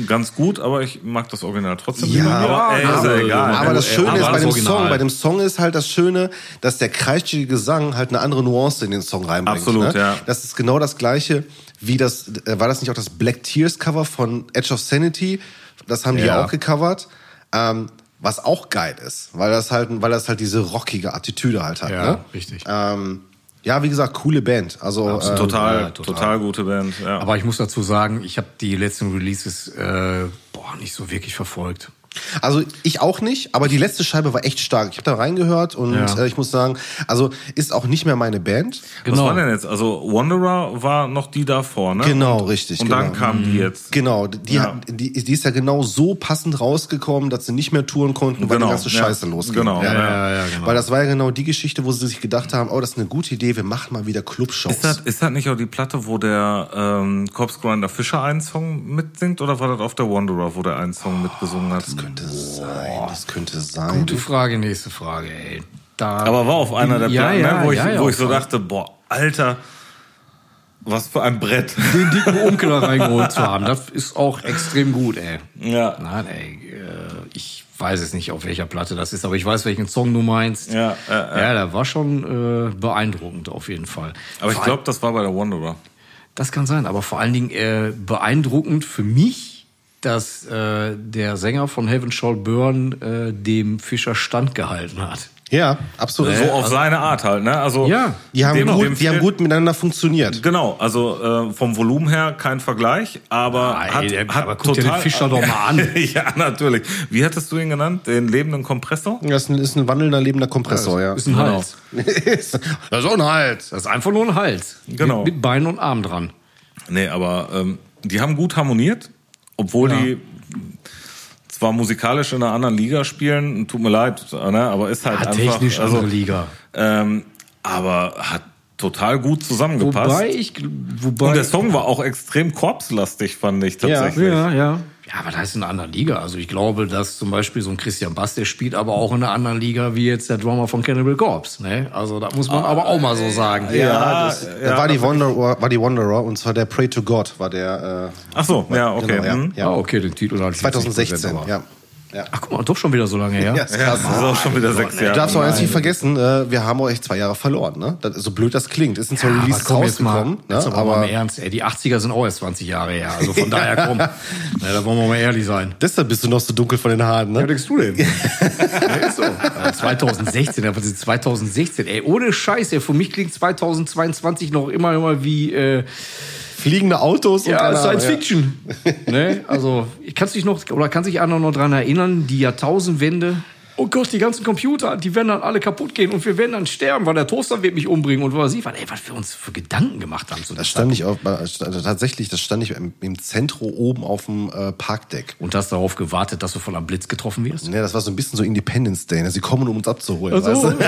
Speaker 5: Ganz gut, aber ich mag das Original trotzdem.
Speaker 3: Ja,
Speaker 5: lieber. aber, ey, ist ja
Speaker 3: aber,
Speaker 5: egal.
Speaker 3: aber das Schöne
Speaker 4: aber
Speaker 3: ist bei
Speaker 4: das
Speaker 3: dem
Speaker 4: Original.
Speaker 3: Song, bei dem Song ist halt das Schöne, dass der kreischige Gesang halt eine andere Nuance in den Song reinbringt.
Speaker 5: Absolut,
Speaker 3: ne?
Speaker 5: ja.
Speaker 3: Das ist genau das gleiche wie das, äh, war das nicht auch das Black Tears Cover von Edge of Sanity? Das haben die
Speaker 4: Ja.
Speaker 3: auch gecovert. Ähm, was auch geil ist, weil das halt, weil das halt diese rockige Attitüde halt hat.
Speaker 4: Ja,
Speaker 3: ne?
Speaker 4: richtig.
Speaker 3: Ähm, ja, wie gesagt, coole Band. Also äh,
Speaker 5: total,
Speaker 4: Ja, total.
Speaker 5: total, gute Band. Ja.
Speaker 4: Aber ich muss dazu sagen, ich habe die letzten Releases äh, boah, nicht so wirklich verfolgt.
Speaker 3: Also ich auch nicht, aber die letzte Scheibe war echt stark. Ich habe da reingehört und
Speaker 4: Ja.
Speaker 3: äh, ich muss sagen, also ist auch nicht mehr meine Band.
Speaker 4: Genau.
Speaker 5: Was war denn jetzt? Also Wanderer war noch die davor, ne?
Speaker 3: Genau, richtig.
Speaker 5: Und
Speaker 3: genau.
Speaker 5: dann kamen die jetzt.
Speaker 3: Genau, die,
Speaker 5: Ja.
Speaker 3: hat- die, die ist ja genau so passend rausgekommen, dass sie nicht mehr touren konnten, weil
Speaker 5: Genau,
Speaker 3: die ganze
Speaker 5: ja.
Speaker 3: Scheiße losging.
Speaker 5: Genau, ja,
Speaker 4: ja, genau.
Speaker 3: Weil das war ja genau die Geschichte, wo sie sich gedacht haben, oh, das ist eine gute Idee, wir machen mal wieder Clubshows.
Speaker 5: Ist das, ist das nicht auch die Platte, wo der ähm, Corpse Grinder Fischer einen Song mitsingt? Oder war das auf der Wanderer, wo der einen Song mitgesungen hat?
Speaker 3: könnte sein, das könnte sein.
Speaker 4: Gute Frage, nächste Frage, ey. Da
Speaker 5: Aber war auf einer der
Speaker 4: ja,
Speaker 5: Platten,
Speaker 4: ja,
Speaker 5: ne? wo, ich,
Speaker 4: ja, ja,
Speaker 5: wo ich so
Speaker 4: auf-
Speaker 5: dachte, boah, Alter, Was für ein Brett.
Speaker 4: den dicken Onkel da reingeholt zu haben. Das ist auch extrem gut, ey.
Speaker 5: Ja.
Speaker 4: Nein, ey, äh, ich weiß es nicht, auf welcher Platte das ist, aber ich weiß, welchen Song du meinst.
Speaker 5: Ja, ja, ja.
Speaker 4: ja der war schon äh, beeindruckend, auf jeden Fall.
Speaker 5: Aber ich
Speaker 4: Vor
Speaker 5: glaube, das war bei der Wanderer.
Speaker 4: Das kann sein, aber vor allen Dingen äh, beeindruckend für mich, dass äh, der Sänger von Heaven Shall Burn äh, dem Fischer standgehalten hat.
Speaker 3: Ja, absolut.
Speaker 5: So auf seine Art halt, ne? Also
Speaker 4: Ja.
Speaker 3: Die haben,
Speaker 5: dem-
Speaker 3: gut,
Speaker 5: dem
Speaker 3: die haben
Speaker 5: fehlt-
Speaker 3: gut miteinander funktioniert.
Speaker 5: Genau, also äh, vom Volumen her kein Vergleich, aber
Speaker 4: Ah,
Speaker 5: hat,
Speaker 4: ey, der-
Speaker 5: hat
Speaker 4: aber guck dir
Speaker 5: total,
Speaker 4: den Fischer doch
Speaker 5: <laughs>
Speaker 4: mal an.
Speaker 5: ja, natürlich. Wie hattest du ihn genannt? Den lebenden Kompressor?
Speaker 3: Das ist ein, ist ein wandelnder, lebender Kompressor, ja.
Speaker 4: Ist ein
Speaker 5: Genau.
Speaker 4: Hals.
Speaker 3: das <laughs> ist auch ein Hals.
Speaker 4: Das ist einfach nur ein Hals.
Speaker 5: Genau.
Speaker 4: Mit, mit Beinen und Armen dran.
Speaker 5: Nee, aber ähm, die haben gut harmoniert, obwohl
Speaker 4: Ja.
Speaker 5: die zwar musikalisch in einer anderen Liga spielen, tut mir leid, ne, aber ist halt
Speaker 4: Ah,
Speaker 5: einfach
Speaker 4: technisch
Speaker 5: also,
Speaker 4: andere Liga.
Speaker 5: Ähm, aber hat total gut zusammengepasst.
Speaker 4: Wobei ich, wobei
Speaker 5: Und der Song war auch extrem korpslastig, fand ich tatsächlich.
Speaker 4: Ja, ja. Ja, aber da ist in einer anderen Liga. Also ich glaube, dass zum Beispiel so ein Christian Bass, der spielt aber auch in einer anderen Liga wie jetzt der Drummer von Cannibal Corpse. Ne? Also da muss man aber auch mal so sagen.
Speaker 3: Ja, das,
Speaker 5: ja,
Speaker 3: da war die, Wanderer, war die Wanderer und zwar der Pray to God war der. Äh,
Speaker 5: Ach so, ja, okay.
Speaker 3: genau, ja,
Speaker 5: hm.
Speaker 4: Ja,
Speaker 3: ja.
Speaker 4: okay, den Titel hat
Speaker 3: 2016, ja. ja.
Speaker 4: Ach guck mal, doch schon wieder so lange her.
Speaker 3: Ja, ist krass.
Speaker 5: Das ist auch schon wieder sechs
Speaker 3: Du darfst auch
Speaker 5: Jahre.
Speaker 3: eins nicht vergessen, äh, wir haben auch echt zwei Jahre verloren, ne? Das, so blöd das klingt. Ist sind zwar
Speaker 4: aber
Speaker 3: Releases
Speaker 4: komm jetzt mal,
Speaker 3: rausgekommen,
Speaker 4: jetzt
Speaker 3: ne?
Speaker 4: aber, mal
Speaker 3: aber
Speaker 4: im Ernst, ey, die 80er sind auch erst 20 Jahre her. Also <laughs> von daher komm, na, da wollen wir mal ehrlich sein.
Speaker 3: deshalb bist du noch so dunkel von den Haaren, ne?
Speaker 4: denkst du denn? ja, ist so. Aber 2016, aber 2016, ey, ohne Scheiß, ey, für mich klingt 2022 noch immer, immer wie äh,
Speaker 3: Fliegende Autos und
Speaker 4: ja,
Speaker 3: keine Ahnung,
Speaker 4: Science
Speaker 3: ja.
Speaker 4: Fiction. <laughs> ne? Also, kannst du dich noch, oder kann sich einer noch dran erinnern, die Jahrtausendwende? Oh Gott, die ganzen Computer, die werden dann alle kaputt gehen und wir werden dann sterben, weil der Toaster wird mich umbringen und was ich, weil, ey, was wir uns für Gedanken gemacht haben zu der
Speaker 3: Das
Speaker 4: Zeit.
Speaker 3: stand ich auf, äh, stand- tatsächlich, das stand ich im, im Zentrum oben auf dem äh, Parkdeck.
Speaker 4: Und hast darauf gewartet, dass du von einem Blitz getroffen wirst?
Speaker 3: Ne, das war so ein bisschen so Independence Day. Ne? Sie kommen, um uns abzuholen.
Speaker 4: So. <laughs>
Speaker 3: weißt du?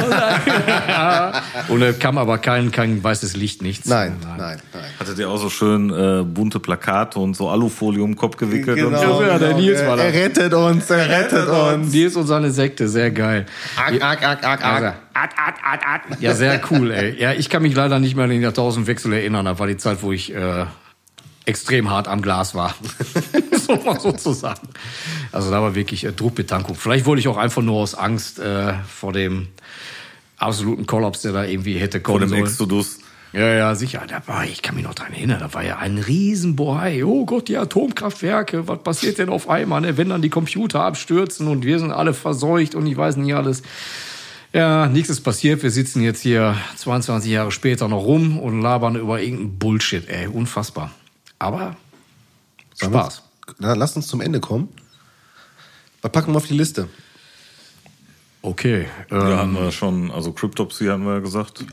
Speaker 4: und da kam aber kein, kein weißes Licht, nichts.
Speaker 3: Nein, nein, nein.
Speaker 5: Hattet ihr auch so schön äh, bunte Plakate und so Alufolie um den Kopf gewickelt und so?
Speaker 4: ja, der Nils war da.
Speaker 3: er rettet uns, er rettet uns.
Speaker 4: Nils und seine Sekte, sehr geil.
Speaker 3: Arg, arg, arg, arg,
Speaker 4: Also,
Speaker 3: arg.
Speaker 4: at, at, at, at. Ja, sehr cool, ey. Ja, ich kann mich leider nicht mehr an den Jahrtausendwechsel erinnern. Das war die Zeit, wo ich äh, extrem hart am Glas war. <laughs> so mal sozusagen. Also da war wirklich äh, Druckbetankung. Vielleicht wollte ich auch einfach nur aus Angst äh, vor dem absoluten Kollaps, der da irgendwie hätte
Speaker 5: Vor
Speaker 4: kommen
Speaker 5: dem
Speaker 4: sollen.
Speaker 5: Exodus.
Speaker 4: Ja, ja, sicher. Da war, ich kann mich noch dran erinnern, da war ja ein Riesenbohai. Oh Gott, die Atomkraftwerke, was passiert denn auf einmal, ne? wenn dann die Computer abstürzen und wir sind alle verseucht und ich weiß nicht alles. Ja, nichts ist passiert. Wir sitzen jetzt hier 22 Jahre später noch rum und labern über irgendeinen Bullshit, ey. Unfassbar. Aber
Speaker 3: Sollen wir-
Speaker 4: Spaß.
Speaker 3: Na, lass uns zum Ende kommen. Was packen wir auf die Liste?
Speaker 4: Okay.
Speaker 5: Da
Speaker 4: Ähm,
Speaker 5: hatten wir schon, also Cryptopsy haben wir gesagt.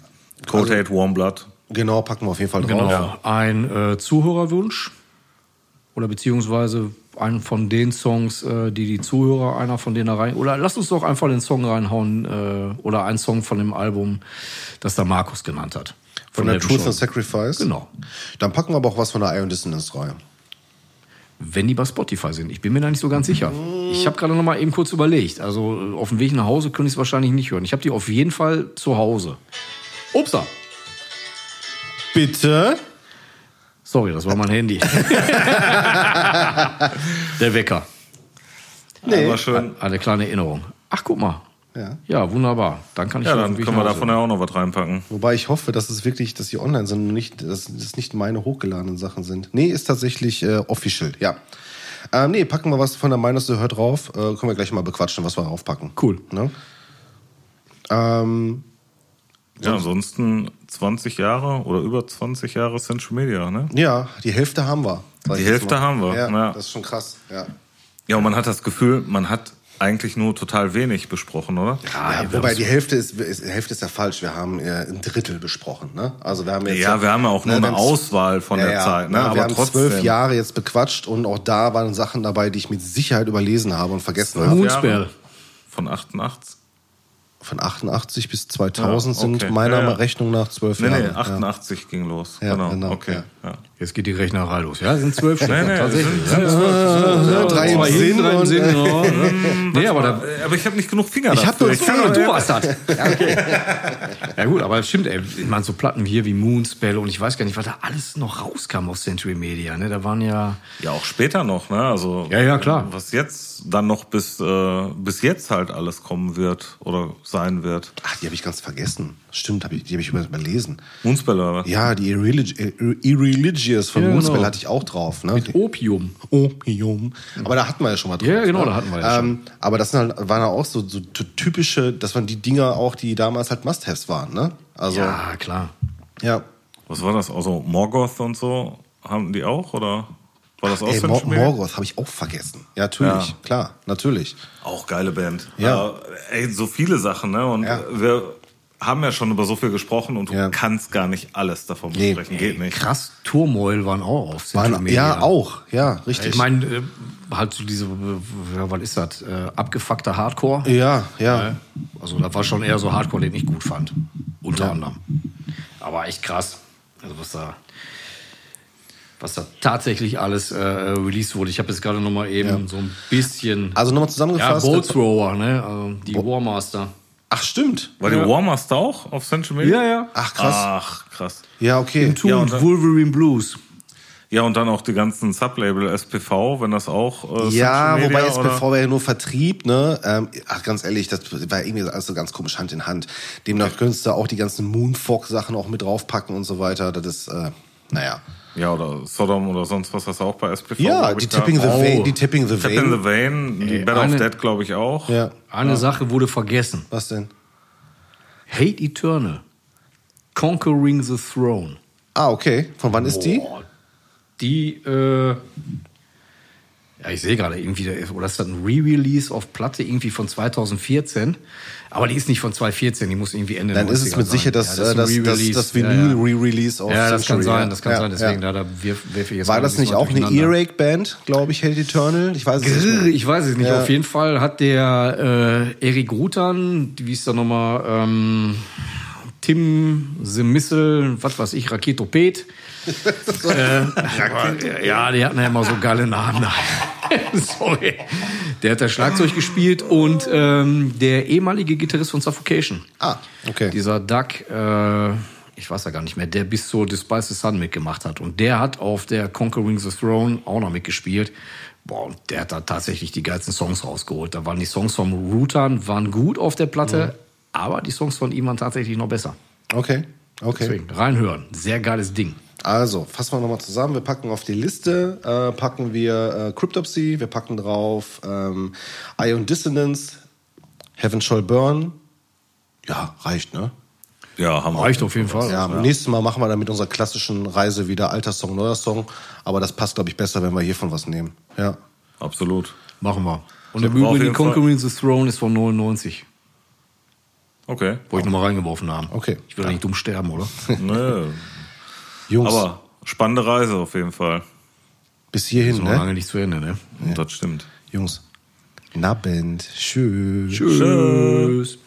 Speaker 5: Cold Hate, Warm Blood.
Speaker 3: Genau, packen wir auf jeden Fall drauf.
Speaker 4: genau. Ein äh, Zuhörerwunsch oder beziehungsweise einen von den Songs, äh, die die Zuhörer einer von denen da rein. Oder lasst uns doch einfach den Song reinhauen äh, oder einen Song von dem Album, das da Markus genannt hat.
Speaker 3: Von der
Speaker 4: Elton
Speaker 3: Truth and
Speaker 4: John.
Speaker 3: Sacrifice.
Speaker 4: Genau.
Speaker 3: Dann packen wir aber auch was von der Ion Dissonance rein.
Speaker 4: Wenn die bei Spotify sind. Ich bin mir da nicht so ganz sicher. Ich habe gerade noch mal eben kurz überlegt. Also äh, auf dem Weg nach Hause könnte ich es wahrscheinlich nicht hören. Ich habe die auf jeden Fall zu Hause. Upsa!
Speaker 3: Bitte?
Speaker 4: Sorry, das war
Speaker 3: <laughs>
Speaker 4: mein Handy. der Wecker.
Speaker 3: Nee.
Speaker 5: War schön.
Speaker 4: Eine kleine Erinnerung. Ach, guck mal.
Speaker 3: Ja.
Speaker 4: Ja, wunderbar. Dann kann ich
Speaker 5: Ja,
Speaker 4: auf
Speaker 5: dann
Speaker 4: dem Weg
Speaker 5: können wir
Speaker 4: nach
Speaker 5: davon
Speaker 4: Hause.
Speaker 5: ja auch noch was reinpacken.
Speaker 3: Wobei ich hoffe, dass es wirklich, dass die online sind und nicht, dass das nicht meine hochgeladenen Sachen sind. Nee, ist tatsächlich äh, official, ja. Ähm, nee, packen wir was von der Minus the Hört drauf. Äh, können wir gleich mal bequatschen, was wir draufpacken.
Speaker 4: Cool.
Speaker 3: Ne? Ähm,
Speaker 5: Ja, ansonsten 20 Jahre oder über 20 Jahre Central Media, ne?
Speaker 3: ja, die Hälfte haben wir. sag
Speaker 5: Die
Speaker 3: ich jetzt
Speaker 5: Hälfte
Speaker 3: mal.
Speaker 5: haben wir,
Speaker 3: Ja,
Speaker 5: ja.
Speaker 3: das ist schon krass. Ja.
Speaker 5: Ja, und man hat das Gefühl, man hat eigentlich nur total wenig besprochen, oder?
Speaker 4: Ah,
Speaker 3: ja, wobei die Hälfte ist, ist, Hälfte ist ja falsch. Wir haben äh, ein Drittel besprochen. Ne? Also wir haben jetzt
Speaker 5: Ja, wir haben ja auch nur
Speaker 3: Ne, wir
Speaker 5: eine
Speaker 3: haben z-
Speaker 5: Auswahl von
Speaker 3: Ja,
Speaker 5: der
Speaker 3: ja.
Speaker 5: Zeit, ne?
Speaker 3: Ja, wir
Speaker 5: Aber
Speaker 3: haben
Speaker 5: trotzdem.
Speaker 3: zwölf Jahre jetzt bequatscht und auch da waren Sachen dabei, die ich mit Sicherheit überlesen habe und vergessen habe.
Speaker 4: Moonspell.
Speaker 5: Von 88.
Speaker 3: Von 88 bis 2000
Speaker 5: Ja, okay.
Speaker 3: sind meiner
Speaker 5: Ja, ja.
Speaker 3: Rechnung nach zwölf
Speaker 5: Nee,
Speaker 3: Jahre.
Speaker 5: nee, 88 ging los.
Speaker 3: Ja,
Speaker 5: genau.
Speaker 3: genau,
Speaker 5: Okay.
Speaker 3: ja.
Speaker 4: Jetzt geht die Rechnerei los. Ja, sind zwölf Stück.
Speaker 5: Nein, nein,
Speaker 4: tatsächlich.
Speaker 5: sind- sind
Speaker 4: Ja,
Speaker 5: zwölf,
Speaker 4: ja,
Speaker 5: ja,
Speaker 3: drei im
Speaker 4: zwei hin,
Speaker 3: Sinn
Speaker 4: drei im
Speaker 3: und-
Speaker 4: Sinn. ja. <laughs> Nee, aber da,
Speaker 5: äh, Aber ich habe nicht genug Finger
Speaker 3: Ich hab
Speaker 5: dafür.
Speaker 3: nur
Speaker 5: kann
Speaker 3: zwei.
Speaker 5: doch-
Speaker 4: du warst
Speaker 3: <laughs>
Speaker 4: das. Ja, okay. ja gut, aber es stimmt, ey. Ich meine, so Platten hier wie Moonspell und ich weiß gar nicht, was da alles noch rauskam aus Century Media. Ne? Da waren ja.
Speaker 5: Ja, auch später noch, ne? Also
Speaker 4: Ja, ja, klar.
Speaker 5: Was jetzt dann noch bis äh, bis jetzt halt alles kommen wird oder sein wird.
Speaker 3: Ach, die habe ich ganz vergessen. Stimmt, hab ich, die habe ich über- überlesen.
Speaker 5: Moonspell oder was?
Speaker 3: Ja, die Irrelig äh, Irreligious von
Speaker 4: Ja, genau.
Speaker 3: Moonspell hatte ich auch drauf. Ne?
Speaker 4: Opium.
Speaker 3: Opium. Aber da hatten wir ja schon mal drauf.
Speaker 4: Mhm. Ja, genau, da hatten wir ja
Speaker 3: ähm, Aber das sind halt, waren ja auch so, so t- typische, das waren die Dinger auch, die damals halt Must-Haves waren, ne? Also, ja.
Speaker 4: Ja, klar.
Speaker 5: Was war das? Also Morgoth und so haben die auch oder war das auch
Speaker 3: Ey,
Speaker 5: so ein
Speaker 3: Mor
Speaker 5: Spiel?
Speaker 3: Morgoth habe ich auch vergessen. Ja, natürlich,
Speaker 5: Ja.
Speaker 3: klar, natürlich.
Speaker 5: Auch geile Band.
Speaker 3: Ja.
Speaker 5: Äh, ey, so viele Sachen, ne? Und
Speaker 3: Ja.
Speaker 5: wir haben ja schon über so viel gesprochen und du
Speaker 3: Ja.
Speaker 5: kannst gar nicht alles davon
Speaker 3: Nee.
Speaker 5: besprechen. Geht nicht.
Speaker 4: Krass, Turmoil waren auch auf Century
Speaker 3: Waren,
Speaker 4: Media.
Speaker 3: ja, auch, ja, richtig.
Speaker 4: Ich meine, äh, halt so diese, äh, ja, was ist das? Äh, abgefuckter Hardcore.
Speaker 3: ja, ja.
Speaker 4: Ne? Also da war schon eher so Hardcore, den ich gut fand. Unter anderem. Aber echt krass. Also was da, was da tatsächlich alles äh, released wurde. Ich habe jetzt gerade noch mal eben so ein bisschen.
Speaker 3: Also nochmal
Speaker 4: ja,
Speaker 3: zusammengefasst.
Speaker 4: Bolt Thrower, ne? Also, die Warmaster.
Speaker 3: Ach, stimmt.
Speaker 5: War die Warmaster auch auf Central Media?
Speaker 4: ja.
Speaker 3: Ach, krass.
Speaker 5: Ach, krass.
Speaker 3: Ja, okay.
Speaker 4: Two und Wolverine Blues.
Speaker 5: Ja, und dann auch die ganzen Sublabel SPV, wenn das auch. äh,
Speaker 4: Also
Speaker 3: Ja,
Speaker 5: Social Media
Speaker 3: wobei
Speaker 5: oder-
Speaker 3: SPV war ja nur Vertrieb, ne? Ähm, ach, ganz ehrlich, das war irgendwie alles so ganz komisch Hand in Hand. Demnach könntest du auch die ganzen Moonfog-Sachen auch mit draufpacken und so weiter. Das ist, äh, naja.
Speaker 5: Ja, oder Sodom oder sonst was, hast du auch bei SPV.
Speaker 3: Ja,
Speaker 5: glaub
Speaker 3: die
Speaker 5: ich, gehabt.
Speaker 3: Tipping the
Speaker 4: Oh.
Speaker 3: Vein, die Tipping the
Speaker 5: Tap in
Speaker 3: Vein.
Speaker 5: the Vein, die
Speaker 4: Ey,
Speaker 5: Bed of
Speaker 4: eine-
Speaker 5: Dead, glaube ich, auch.
Speaker 3: Ja,
Speaker 4: Eine Sache wurde vergessen.
Speaker 3: was denn?
Speaker 4: Hate Eternal. Conquering the Throne.
Speaker 3: Ah, okay. Von wann ist die?
Speaker 4: Boah, die, äh, ja, ich sehe gerade irgendwie, da ist- oder ist das ein Re-Release auf Platte irgendwie von 2014? Aber die ist nicht von 2014, die muss irgendwie Ende
Speaker 3: Dann
Speaker 4: 90er
Speaker 3: ist es mit
Speaker 4: sein.
Speaker 3: sicher das,
Speaker 4: ist
Speaker 3: äh,
Speaker 4: ein
Speaker 3: das, das,
Speaker 4: Re-Release.
Speaker 3: das
Speaker 4: Ja, ja.
Speaker 3: Vinyl-Re-Release auf
Speaker 4: Ja, das kann
Speaker 3: Century,
Speaker 4: sein,
Speaker 3: ja.
Speaker 4: das kann
Speaker 3: Ja,
Speaker 4: sein. Deswegen,
Speaker 3: ja.
Speaker 4: da, da wirf, werf ich jetzt
Speaker 3: War
Speaker 4: mal
Speaker 3: das
Speaker 4: ein bisschen
Speaker 3: nicht auch eine
Speaker 4: durcheinander.
Speaker 3: E-Rake-Band, glaube ich, Hate Eternal? Ich weiß es nicht.
Speaker 4: Grrr,
Speaker 3: mehr.
Speaker 4: Ich weiß es nicht.
Speaker 3: Ja.
Speaker 4: Auf jeden Fall hat der äh, Erik Rutan, wie ist da nochmal, ähm, Tim The Missile, was weiß
Speaker 3: <laughs>
Speaker 4: ich, Raketopet. äh, ja, die hatten ja immer so geile Namen. <laughs> Sorry. Der hat das Schlagzeug gespielt und ähm, der ehemalige Gitarrist von Suffocation.
Speaker 3: Ah, okay.
Speaker 4: Dieser Duck, äh, ich weiß ja gar nicht mehr, der bis zu Despise the Sun mitgemacht hat. Und der hat auf der Conquering the Throne auch noch mitgespielt. Boah, und der hat da tatsächlich die geilsten Songs rausgeholt. Da waren die Songs von Rutan waren gut auf der
Speaker 3: Mhm.
Speaker 4: Platte, aber die Songs von ihm waren tatsächlich noch besser.
Speaker 3: Okay, okay.
Speaker 4: Deswegen reinhören. Sehr geiles Ding.
Speaker 3: Also, fassen wir nochmal zusammen. Wir packen auf die Liste, äh, packen wir äh, Cryptopsy, wir packen drauf ähm, Ion Dissonance, Heaven Shall Burn. Ja, reicht, ne?
Speaker 5: Ja, haben wir.
Speaker 4: Reicht auf jeden Fall.
Speaker 3: Ja, nächstes Mal machen wir dann mit unserer klassischen Reise wieder alter Song, neuer Song. Aber das passt, glaube ich, besser, wenn wir hiervon was nehmen. Ja.
Speaker 5: Absolut.
Speaker 4: Machen wir. Und im
Speaker 5: auf
Speaker 4: Übrigen,
Speaker 5: jeden
Speaker 4: Conquering the Throne ist von 99.
Speaker 5: Okay.
Speaker 4: Wollte ich nochmal reingeworfen haben.
Speaker 3: Oh. Okay.
Speaker 4: Ich will ja nicht dumm
Speaker 3: <laughs>
Speaker 4: sterben, oder?
Speaker 5: Nö.
Speaker 3: Jungs,
Speaker 5: Aber spannende Reise auf jeden Fall.
Speaker 3: bis hierhin,
Speaker 4: Noch lange
Speaker 3: ne?
Speaker 4: nicht zu Ende, ne?
Speaker 5: Und das stimmt.
Speaker 3: Jungs, Nabend. Tschüss.
Speaker 4: Tschüss.